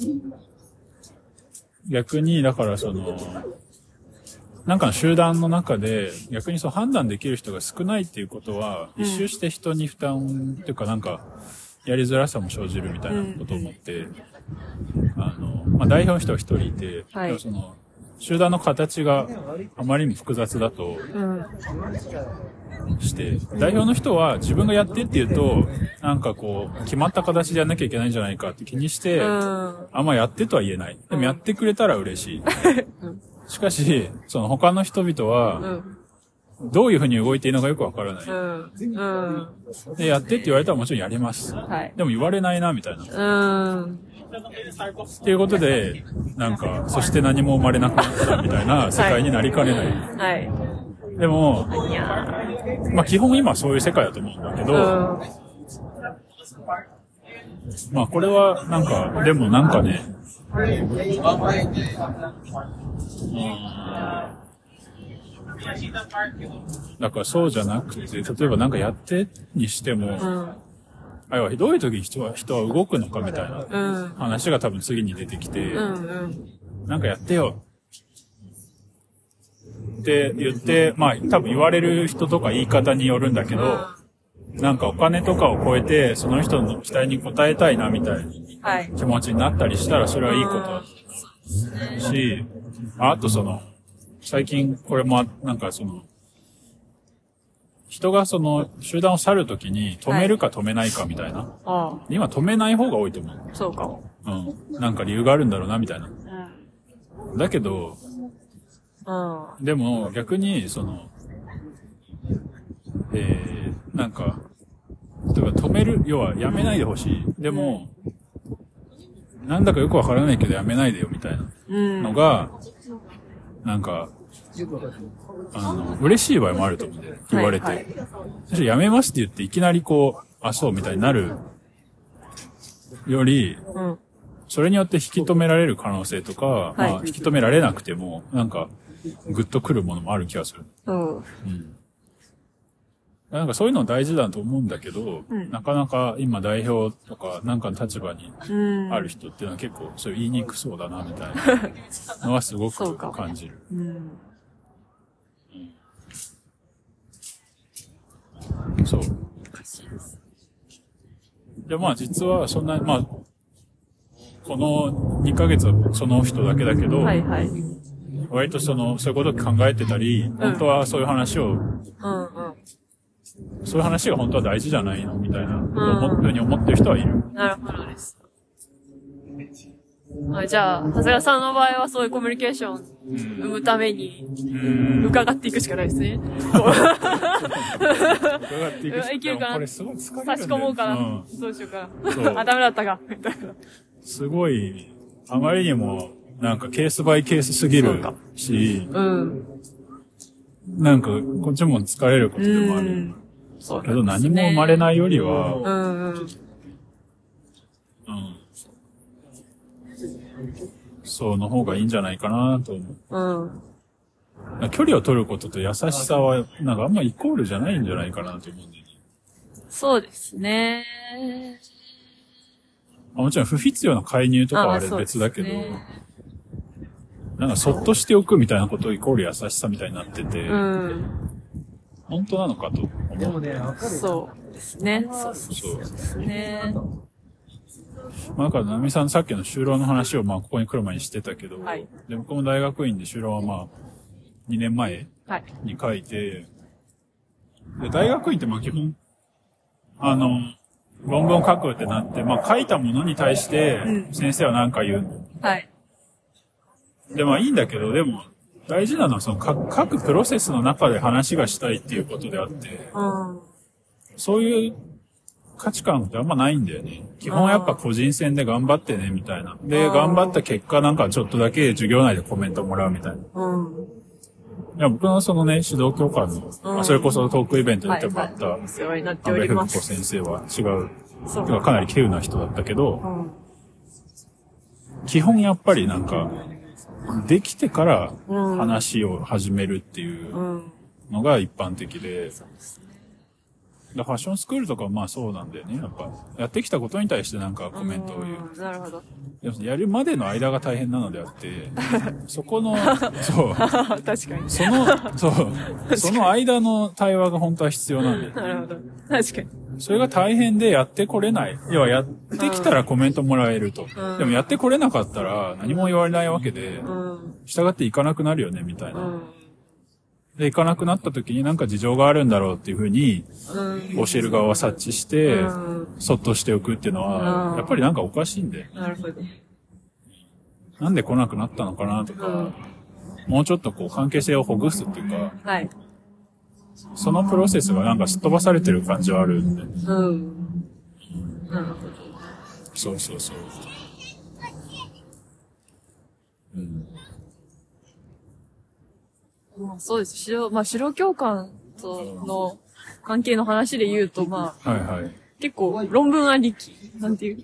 Speaker 2: 逆に、だからその、なんかの集団の中で、逆にそう判断できる人が少ないっていうことは、一周して人に負担っていうかなんか、やりづらさも生じるみたいなことを思って、あの、まあ、代表の人が一人いて、
Speaker 1: はい
Speaker 2: でもその、集団の形があまりにも複雑だと
Speaker 1: うん。
Speaker 2: して、代表の人は自分がやってって言うと、なんかこう、決まった形でやんなきゃいけないんじゃないかって気にして、
Speaker 1: うん。
Speaker 2: あんまやってとは言えない。でもやってくれたら嬉しい。しかし、その他の人々
Speaker 1: う
Speaker 2: は、
Speaker 1: ん。
Speaker 2: どういうふうに動いていいのかよくわからない。
Speaker 1: うん。うん。
Speaker 2: で、やってって言われたらもちろんやります。
Speaker 1: はい。
Speaker 2: でも言われないな、みたいな。
Speaker 1: う
Speaker 2: っ
Speaker 1: ん。
Speaker 2: ていうことで、なんか、そして何も生まれなくなったみたいな世界になりかねない。
Speaker 1: はい。
Speaker 2: でも、
Speaker 1: いや
Speaker 2: まあ基本今そういう世界だと思うんだけ
Speaker 1: ー
Speaker 2: ど、まあこれはなんか、でもなんかね、だからそうじゃなくて、例えばなんかやってにしても、
Speaker 1: うん。
Speaker 2: あれはひどい時に人は、人は動くのかみたいな
Speaker 1: うん。うん。
Speaker 2: 話が多分次に出てきて、
Speaker 1: うん。うん。
Speaker 2: なんかやってよ。って言って、まあ多分言われる人とか言い方によるんだけど、なんかお金とかを超えて、その人の期待に応えたいなみたいな
Speaker 1: はい。
Speaker 2: 気持ちになったりしたら、それはいいことだし、ああとその、最近これもあ、なんかその、人がその集団を去るときに止めるか止めないかみたいな。
Speaker 1: ああ、
Speaker 2: 今止めない方が多いと思う。
Speaker 1: そうかも。
Speaker 2: うん。なんか理由があるんだろうな、みたいな。
Speaker 1: う
Speaker 2: だけど、
Speaker 1: ん。
Speaker 2: でも逆に、その、えー、なんか、例えば止める、要はやめないでほしい。でも、なんだかよくわからないけどやめないでよ、みたいな
Speaker 1: うん。
Speaker 2: のが、なんか、あの、嬉しい場合もあると思うんだよね。言われて。
Speaker 1: はいはい
Speaker 2: 最初やめますって言っていきなりこう、あ、そうみたいになるより、
Speaker 1: うん。
Speaker 2: それによって引き止められる可能性とか、まあ
Speaker 1: はい
Speaker 2: 引き止められなくても、なんか、ぐっとくるものもある気がする。
Speaker 1: うん。
Speaker 2: うん。なんかそういうの大事だと思うんだけど、
Speaker 1: うん
Speaker 2: なかなか今代表とかなんかの立場に
Speaker 1: うん。
Speaker 2: ある人っていうのは結構そういう言いにくそうだなみたい なのはすご
Speaker 1: そう
Speaker 2: く
Speaker 1: か
Speaker 2: 感じる。
Speaker 1: うん。
Speaker 2: そう。で、まあ実はそんな、まあ、この2ヶ月はその人だけだけど、
Speaker 1: はいはい。
Speaker 2: 割とその、そういうこと考えてたり、本当はそういう話を、
Speaker 1: うんう
Speaker 2: そういう話が本当は大事じゃないのみたいな、
Speaker 1: ん
Speaker 2: ふうに思ってる人はいる。
Speaker 1: ん。なるほどです。あじゃあ、長谷川さんの場合はそういうコミュニケーションを生むために、伺っていくしかないですね。
Speaker 2: 伺っていく
Speaker 1: うんいけるかな
Speaker 2: これすごい疲れるんだよ
Speaker 1: 差し込もうかな。
Speaker 2: うん
Speaker 1: どうしようか
Speaker 2: そう
Speaker 1: な。あ、ダメだったか。みたいな。
Speaker 2: すごい、あまりにも、なんかケースバイケースすぎるし、
Speaker 1: うん。
Speaker 2: なんかこっちも疲れることでもあ
Speaker 1: う
Speaker 2: る
Speaker 1: ん。そう
Speaker 2: けど何も生まれないよりは、うん
Speaker 1: うんうん。
Speaker 2: そうの方がいいんじゃないかなと思う。
Speaker 1: うん。
Speaker 2: 距離を取ることと優しさは、なんかあんまイコールじゃないんじゃないかなと思うんだよね。
Speaker 1: そうですね。
Speaker 2: まあもちろん不必要な介入とかはあれ
Speaker 1: そうです
Speaker 2: 別
Speaker 1: ね
Speaker 2: だけど、なんかそっとしておくみたいなことイコール優しさみたいになってて、
Speaker 1: うん。
Speaker 2: 本当なのかと思う。
Speaker 1: そうですね。そうそう
Speaker 2: そう。
Speaker 1: ですね。
Speaker 2: まあ、だから、なみさんさっきの就労の話をまあここに来る前にしてたけど、
Speaker 1: はい
Speaker 2: で、僕も大学院で就労はまあ、2年前
Speaker 1: はい。
Speaker 2: に書いて、で、大学院ってまあ基本、あの、論文を書くってなって、まあ書いたものに対して
Speaker 1: う、
Speaker 2: 先生は何か言う。
Speaker 1: はい。
Speaker 2: で、まあいいんだけど、でも、大事なのはその書書くプロセスの中で話がしたいっていうことであって、
Speaker 1: うん。
Speaker 2: そういう価値観ってあんまないんだよね。基本やっぱ個人戦で頑張ってね、みたいな。で、
Speaker 1: あー
Speaker 2: 頑張った結果なんかちょっとだけ授業内でコメントもらうみたいな。
Speaker 1: うん。
Speaker 2: いや、僕のそのね、指導教官の、まあそれこそトークイベントに出てもらった、
Speaker 1: お世話になってお
Speaker 2: 安倍
Speaker 1: り
Speaker 2: 福
Speaker 1: ま
Speaker 2: 子
Speaker 1: す。
Speaker 2: 先生は違う。
Speaker 1: そう
Speaker 2: てかかなり稀有な人だったけど
Speaker 1: う、ん。
Speaker 2: 基本やっぱりなんか、できてから
Speaker 1: うん
Speaker 2: 話を始めるっていう
Speaker 1: うん。
Speaker 2: のが一般的で、だファッションスクールとかはまあそうなんだよね。やっぱ、やってきたことに対してなんかコメントを言う。
Speaker 1: うんなるほど。
Speaker 2: でもそのやるまでの間が大変なのであって、そこの、そう、
Speaker 1: 確かに。
Speaker 2: その、そう、その間の対話が本当は必要なんだよ。
Speaker 1: なるほど。確かに。
Speaker 2: それが大変でやってこれない。要はやってきたらコメントもらえると。
Speaker 1: うん
Speaker 2: でもやってこれなかったら何も言われないわけで、
Speaker 1: うん。
Speaker 2: 従って行かなくなるよね、みたいうな。
Speaker 1: ん。
Speaker 2: で、行かなくなった時になんか事情があるんだろうっていうふうに、
Speaker 1: うん。
Speaker 2: 教える側は察知して、
Speaker 1: うん
Speaker 2: そっとしておくっていうの
Speaker 1: う
Speaker 2: は
Speaker 1: ん、
Speaker 2: やっぱりなんかおかしいんで、
Speaker 1: なるほど。
Speaker 2: なんで来なくなったのかなとか、もうちょっとこう関係性をほぐすっていうか、
Speaker 1: はい。
Speaker 2: そのプロセスがなんかすっ飛ばされてる感じはあるんで、
Speaker 1: うん。なるほど。
Speaker 2: そうそうそう。うん。
Speaker 1: まあ、そうです。指導、まあ、指導教官との関係の話で言うと、まあ、
Speaker 2: はいはい。
Speaker 1: 結構論文ありき、なんていう。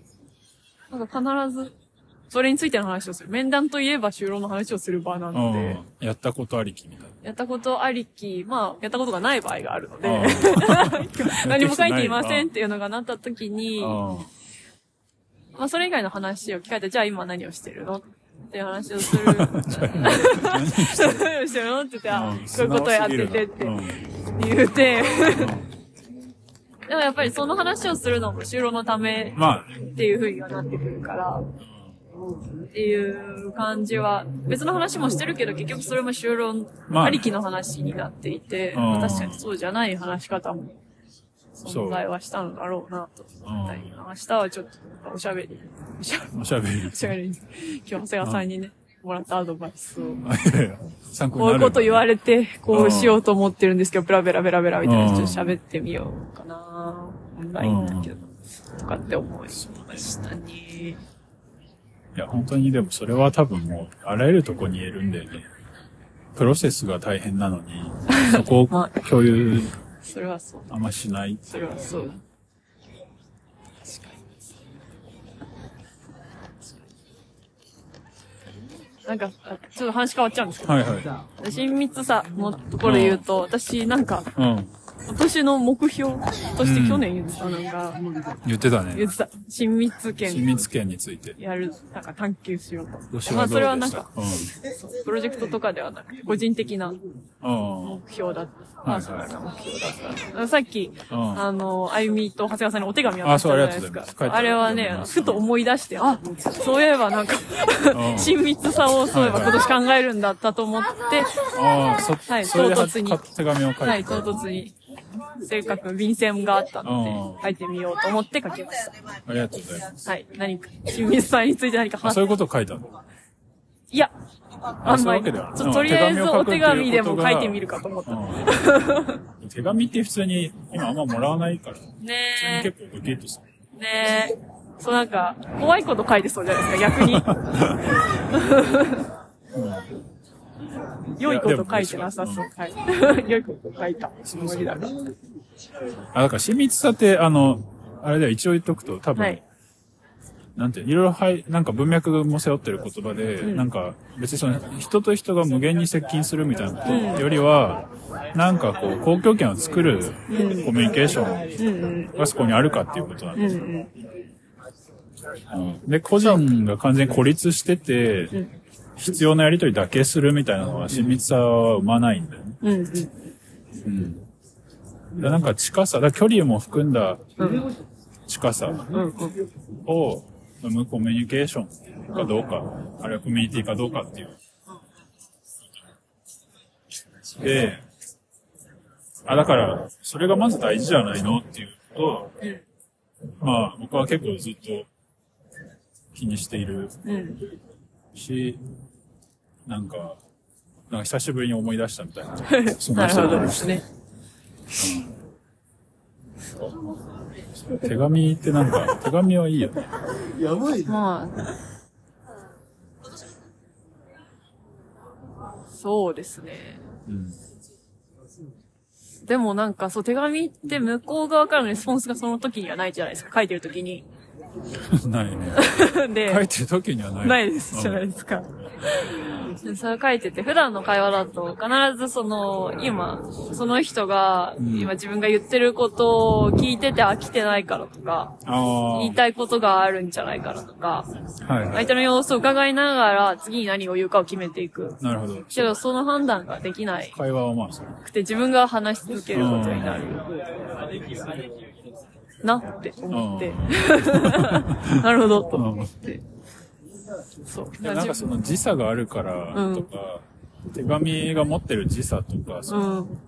Speaker 1: なんか必ず、それについての話をする。面談といえば就労の話をする場な
Speaker 2: う
Speaker 1: ので
Speaker 2: ん、。やったことありきみたい
Speaker 1: やったことありき、まあ、やったことがない場合があるの
Speaker 2: な。
Speaker 1: で、何も書いていませんっていうのがなった時
Speaker 2: う
Speaker 1: に、
Speaker 2: ん。
Speaker 1: まあ、それ以外の話を聞かれて、じゃあ今何をしてるのっていう話をする。 何をしてるのって言って、あ
Speaker 2: ん、
Speaker 1: そういうことやっててって
Speaker 2: うん
Speaker 1: 言うて、でもやっぱりその話をするのも就労のため
Speaker 2: まあ、
Speaker 1: っていう風にはなってくるから、っていう感じは、別の話もしてるけど、結局それも修論
Speaker 2: まあ
Speaker 1: ありきの話になっていて、
Speaker 2: うん
Speaker 1: まあ確かにそうじゃない話し方も
Speaker 2: そう
Speaker 1: 存在はしたのだろうなと思ったり、明日はちょっとおしゃべり、おしゃべり、
Speaker 2: おしゃべり
Speaker 1: お。しゃべり、今日長谷川さんにね、もらったアドバイスを。
Speaker 2: 参考
Speaker 1: こ
Speaker 2: にな
Speaker 1: うい
Speaker 2: る。
Speaker 1: うこと言わ
Speaker 2: れ
Speaker 1: れて、こうしようと思ってるんですけど、ベラベラベラベラみたいな、
Speaker 2: うん
Speaker 1: ちょっと喋ってみようかな。オンラインだけど、とかって思いましたね。
Speaker 2: いや、本当にでもそれは多分もう、あらゆるとこに言えるんだよね。プロセスが大変なのに、 そこを
Speaker 1: ま
Speaker 2: 共有
Speaker 1: それはそう。
Speaker 2: あんましない。
Speaker 1: それはそう。確かに。なんか、あちょっと話変わっちゃうんですけど、
Speaker 2: はいは
Speaker 1: 親密さのところで言うと、私なんか、
Speaker 2: い。うん。
Speaker 1: 今年の目標とし
Speaker 2: うん
Speaker 1: て去年言ってたのが、
Speaker 2: 言ってた
Speaker 1: 言
Speaker 2: ね。
Speaker 1: ってた、親密
Speaker 2: 親
Speaker 1: 圏
Speaker 2: 密権について。
Speaker 1: やる、なんか探求しようと思
Speaker 2: 今
Speaker 1: って。
Speaker 2: 年
Speaker 1: まあ
Speaker 2: はどう
Speaker 1: そ
Speaker 2: で
Speaker 1: れはなん
Speaker 2: した
Speaker 1: か
Speaker 2: か、、うん。
Speaker 1: プロジェクトとかではなくて、個人的な
Speaker 2: うん。
Speaker 1: 目標だった。
Speaker 2: はいはい
Speaker 1: まあそうだな目標だった。さっき、
Speaker 2: うん
Speaker 1: あの、あゆみと長谷川さんにお手紙を出したじゃないですか。
Speaker 2: あ
Speaker 1: あ
Speaker 2: そうありがとうございます書いてある
Speaker 1: れは
Speaker 2: 読み
Speaker 1: ね
Speaker 2: ま、す
Speaker 1: ふと思い出して、あ、そういえばなんか、
Speaker 2: ん
Speaker 1: 親密さをそういえば
Speaker 2: はいは
Speaker 1: 今
Speaker 2: い
Speaker 1: 年考えるんだったと思って、
Speaker 2: ああ、そ、
Speaker 1: はい
Speaker 2: それで
Speaker 1: 唐突に
Speaker 2: は手紙を書いて。
Speaker 1: はい、唐突に、せっかく便箋があったの
Speaker 2: うん
Speaker 1: で、書いてみようと思って書きまし
Speaker 2: ありがとうございます。
Speaker 1: た。はい、何か、親密さについて何か
Speaker 2: あ、
Speaker 1: 話
Speaker 2: そ
Speaker 1: す
Speaker 2: ういうことを書いたの
Speaker 1: いや、
Speaker 2: あ
Speaker 1: あん
Speaker 2: そう
Speaker 1: ま
Speaker 2: いうわ
Speaker 1: り、
Speaker 2: け
Speaker 1: ち
Speaker 2: で
Speaker 1: ょ
Speaker 2: は
Speaker 1: っととりあえずお手紙でも書いてみる
Speaker 2: か。
Speaker 1: かと思った。
Speaker 2: うん手紙って普通に今あんまもらわないから、
Speaker 1: ねえ
Speaker 2: 結。構ドキッとする。
Speaker 1: ねえ。そうなんか、怖いこと書いてそうじゃないですか、逆に。良いこと書いてなさそう。はい。 良いこと書いたつもりだが。
Speaker 2: あ、だから親密さって、あの、あれだよ、一応言っとくと、多分、
Speaker 1: はい。
Speaker 2: なんていうの、いろいろはい、なんか文脈も背負ってる言葉で、なんか、別にその、人と人が無限に接近するみたいなことよりは、なんかこう、公共権を作るコミュニケーションがそこにあるかっていうことなんですよ。うんで、個人が完全に孤立してて、必要なやりとりだけするみたいなのは、親密さは生まないんだよね。
Speaker 1: うんうん。
Speaker 2: だからなんか近さ、だから距離も含んだ近さ
Speaker 1: うんうん。
Speaker 2: を生むコミュニケーションかどうか、あるいはコミュニティかどうかっていう。で、あ、だから、それがまず大事じゃないのっていうことを、まあ僕は結構ずっと気にしている
Speaker 1: うん。
Speaker 2: し、なんか、なんか久しぶりに思い出したみたいな。そん
Speaker 1: な
Speaker 2: な
Speaker 1: る
Speaker 2: 人
Speaker 1: ほ
Speaker 2: が
Speaker 1: どですね。
Speaker 2: 手紙ってなんか、手紙はいいよね。
Speaker 3: やばいね。
Speaker 1: まあ。そうですね。
Speaker 2: うん。
Speaker 1: でもなんか、そう、手紙って向こう側からのレスポンスがその時にはないじゃないですか。書いてる時 に。
Speaker 2: ないね。
Speaker 1: で、
Speaker 2: 書いてる時にはない。
Speaker 1: ないです、じゃないですか。でそれ書いてて、普段の会話だと、必ずその、今、その人が、
Speaker 2: ん
Speaker 1: 今自分が言ってることを聞いてて飽きてないからとか、
Speaker 2: ああ。
Speaker 1: 言いたいことがあるんじゃないからとか、
Speaker 2: はいはい
Speaker 1: 相。手の様子を伺いながら、次に何を言うかを決めていく。
Speaker 2: なるほど。
Speaker 1: けど、その判断ができない
Speaker 2: 会話はまあそれ。
Speaker 1: くて、自分が話し続けることになる。なって思って。 なるほど、と思って。そう。
Speaker 2: でもなんかその時差があるからとか、手紙が持ってる時差とか、そう
Speaker 1: うん。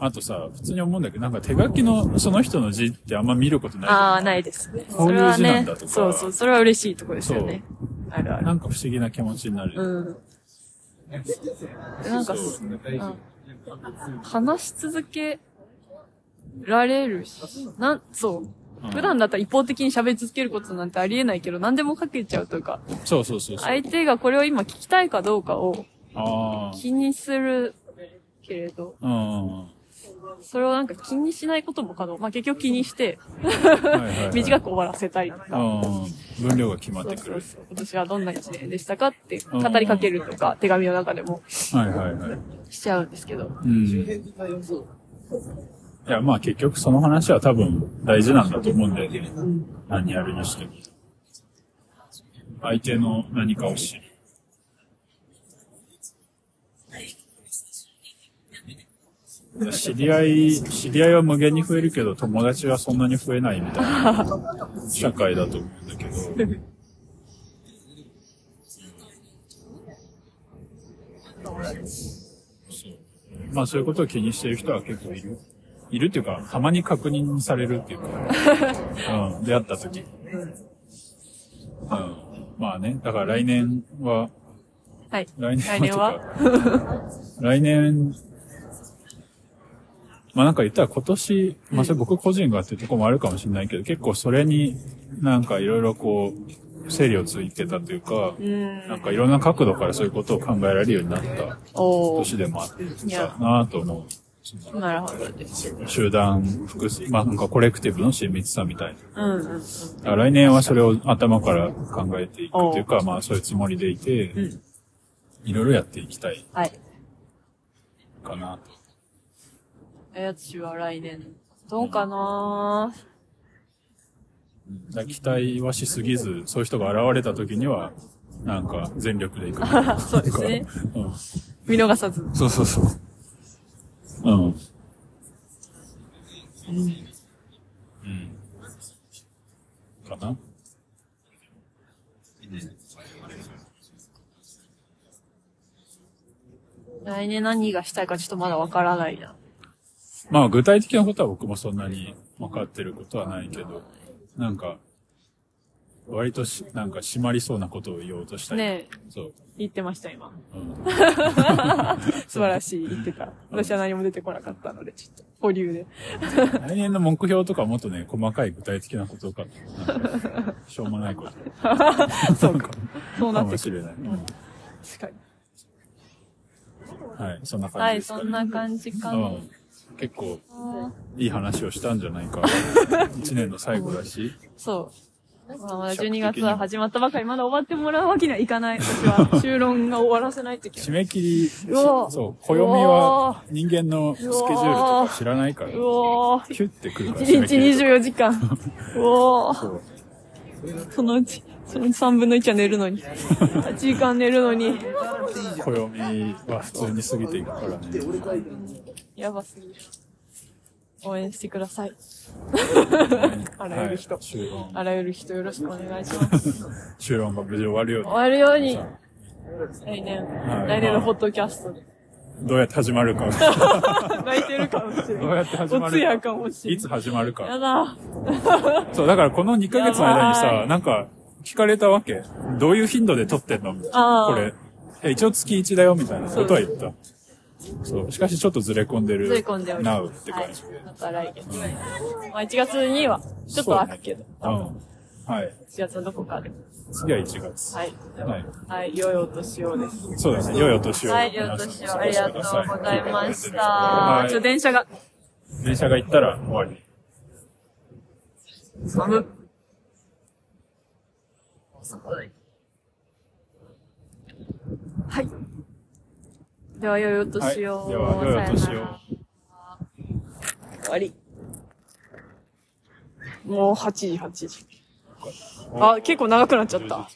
Speaker 2: あとさ、普通に思うんだけど、なんか手書きのその人の字ってあんま見ることないじゃん
Speaker 1: ああ、ないですね。
Speaker 2: こういう字なんだとか
Speaker 1: それはね、そうそう、それは嬉しいとこですよね。あるある。
Speaker 2: なんか不思議な気持ちになる。
Speaker 1: うん。なんか、あ話し続けられるし、なん、そう。普段だったら一方的に喋り続けることなんてありえないけど、何でも書けちゃうというか、
Speaker 2: そうそうそうそう。
Speaker 1: 相手がこれを今聞きたいかどうかを
Speaker 2: あ
Speaker 1: 気にするけれど、
Speaker 2: あ。うん。は
Speaker 1: それをなんか気にしないことも可能。まあ、結局気にして、
Speaker 2: いはいはい、
Speaker 1: 短く終わらせたいとか。
Speaker 2: うん。分量が決まっ
Speaker 1: そ
Speaker 2: て
Speaker 1: う
Speaker 2: く
Speaker 1: そう
Speaker 2: る。
Speaker 1: そう。今年はどんな一年でしたかって語りかけるとか、手紙の中でも
Speaker 2: はいはいはい。
Speaker 1: しちゃうんですけど。
Speaker 2: うん。いや、まあ結局その話は多分大事なんだと思うんだよね。何やるにしても。相手の何かを知る。知り合い、知り合いは無限に増えるけど、友達はそんな に増えないみたいな社会だと思うんだけど。
Speaker 1: かもしれない。
Speaker 2: まあそういうことを気にしてる人は結構いる。いるっていうか、たまに確認されるっていうか、うん、出会った時。うん。まあね、だから来年は、
Speaker 1: はい。
Speaker 2: 来年は
Speaker 1: 来年は
Speaker 2: 来年、まあなんか言ったら今年、まあそれ僕個人がっていうところもあるかもしれないけど、結構それになんかいろいろこう、整理をついてたというか、
Speaker 1: うん。
Speaker 2: なんかいろんな角度からそういうことを考えられるようになった
Speaker 1: お
Speaker 2: 年
Speaker 1: ー。
Speaker 2: でもあったなぁと思う。
Speaker 1: なるほどです。
Speaker 2: 集団複数、まあなんかコレクティブの親密さみたいな。
Speaker 1: うんうんうん。
Speaker 2: だから来年はそれを頭から考えていくというか、まあそういうつもりでいて、
Speaker 1: うん
Speaker 2: いろいろやっていきたい
Speaker 1: はい。
Speaker 2: かなと。
Speaker 1: え、私は来年、どうかな
Speaker 2: だから期待はしすぎず、そういう人が現れた時には、なんか全力でいく。
Speaker 1: ぁそうですね。
Speaker 2: うん
Speaker 1: 見逃さず。
Speaker 2: そうそうそう。うん。うん。かな
Speaker 1: 来年何がしたいかちょっとまだわからないな。
Speaker 2: まあ具体的なことは僕もそんなに分かってることはないけど、なんか、割とし、なんか締まりそうなことを言おうとしたり。
Speaker 1: ねえ、
Speaker 2: そう。
Speaker 1: 言ってました、今。
Speaker 2: うん。
Speaker 1: 素晴らしい、言ってた。 私は何も出てこなかったので、ちょっと、保留で。
Speaker 2: 来年の目標とかもっとね、細かい具体的なことか、なんかしょうもないこと。
Speaker 1: そうか。そうな
Speaker 2: か
Speaker 1: っ
Speaker 2: も
Speaker 1: て
Speaker 2: し
Speaker 1: くる。
Speaker 2: れない。うん
Speaker 1: 確かに。
Speaker 2: はい、そんな
Speaker 1: は
Speaker 2: 感
Speaker 1: い、
Speaker 2: じですか
Speaker 1: そ
Speaker 2: ね。
Speaker 1: んな感じかな。
Speaker 2: うん、結構、いい話をしたんじ ゃないか。一年の最後だし。
Speaker 1: そう。まあ、まだ12月は始まったばかり、まだ終わってもらうわけにはいかない。私は、修論が終わらせないといけない
Speaker 2: 締め切り、
Speaker 1: うおー
Speaker 2: そう、暦は人間のスケジュールとか知らないから、
Speaker 1: うおー。
Speaker 2: キュッてくるから。締
Speaker 1: 1
Speaker 2: め
Speaker 1: 日
Speaker 2: 切りとか
Speaker 1: 24時間。うおー。
Speaker 2: そう
Speaker 1: そのうち、その3分の1は寝るのに。8時間寝るのに。
Speaker 2: 暦は普通に過ぎていくからね。
Speaker 1: やばすぎる。応援してください。あらゆる人
Speaker 2: はい修論、
Speaker 1: あらゆる人よろしくお願いします。
Speaker 2: 修論が無事終わるように
Speaker 1: 終。わるように、来年、
Speaker 2: い
Speaker 1: 来年のホットキャストで。
Speaker 2: どうやって始まるか。
Speaker 1: 泣いてるかもしれ
Speaker 2: どう
Speaker 1: な
Speaker 2: や
Speaker 1: い。
Speaker 2: って始ま
Speaker 1: お通夜
Speaker 2: るか。
Speaker 1: かもしれ
Speaker 2: い
Speaker 1: な
Speaker 2: つ始まる
Speaker 1: い。や
Speaker 2: か。
Speaker 1: だ。
Speaker 2: そう、だからこの2ヶ月の間に
Speaker 1: や
Speaker 2: さ
Speaker 1: ば、い
Speaker 2: なんか聞かれたわけ。どういう頻度で撮ってんのみたいな
Speaker 1: あー
Speaker 2: これ。え一応月1だよ、みたいなことは言った。そう。しかしちょっとずれ込んでる。
Speaker 1: ずれ込んでおり
Speaker 2: な
Speaker 1: ま
Speaker 2: うっ
Speaker 1: す。
Speaker 2: て
Speaker 1: は
Speaker 2: 感
Speaker 1: い
Speaker 2: じ。。
Speaker 1: また来月。まあ1月には、ちょっと開くけど、
Speaker 2: うん。はい。
Speaker 1: 1月はどこかで。
Speaker 2: 次は1月。
Speaker 1: はい。
Speaker 2: はい。
Speaker 1: はい、良いお年をです。
Speaker 2: そうですね。良いお年を。
Speaker 1: はい、良いお年を。ありがとうございました。
Speaker 2: はい
Speaker 1: ちょ、電車が。
Speaker 2: 電車が行ったら終わり。
Speaker 1: 寒っ。はい。では、良いお
Speaker 2: はい。
Speaker 1: 年
Speaker 2: で
Speaker 1: を。
Speaker 2: は、良いお
Speaker 1: さ
Speaker 2: 年
Speaker 1: よな
Speaker 2: を
Speaker 1: ら。終わり。もう8時、8時。あ、結構長くなっちゃった。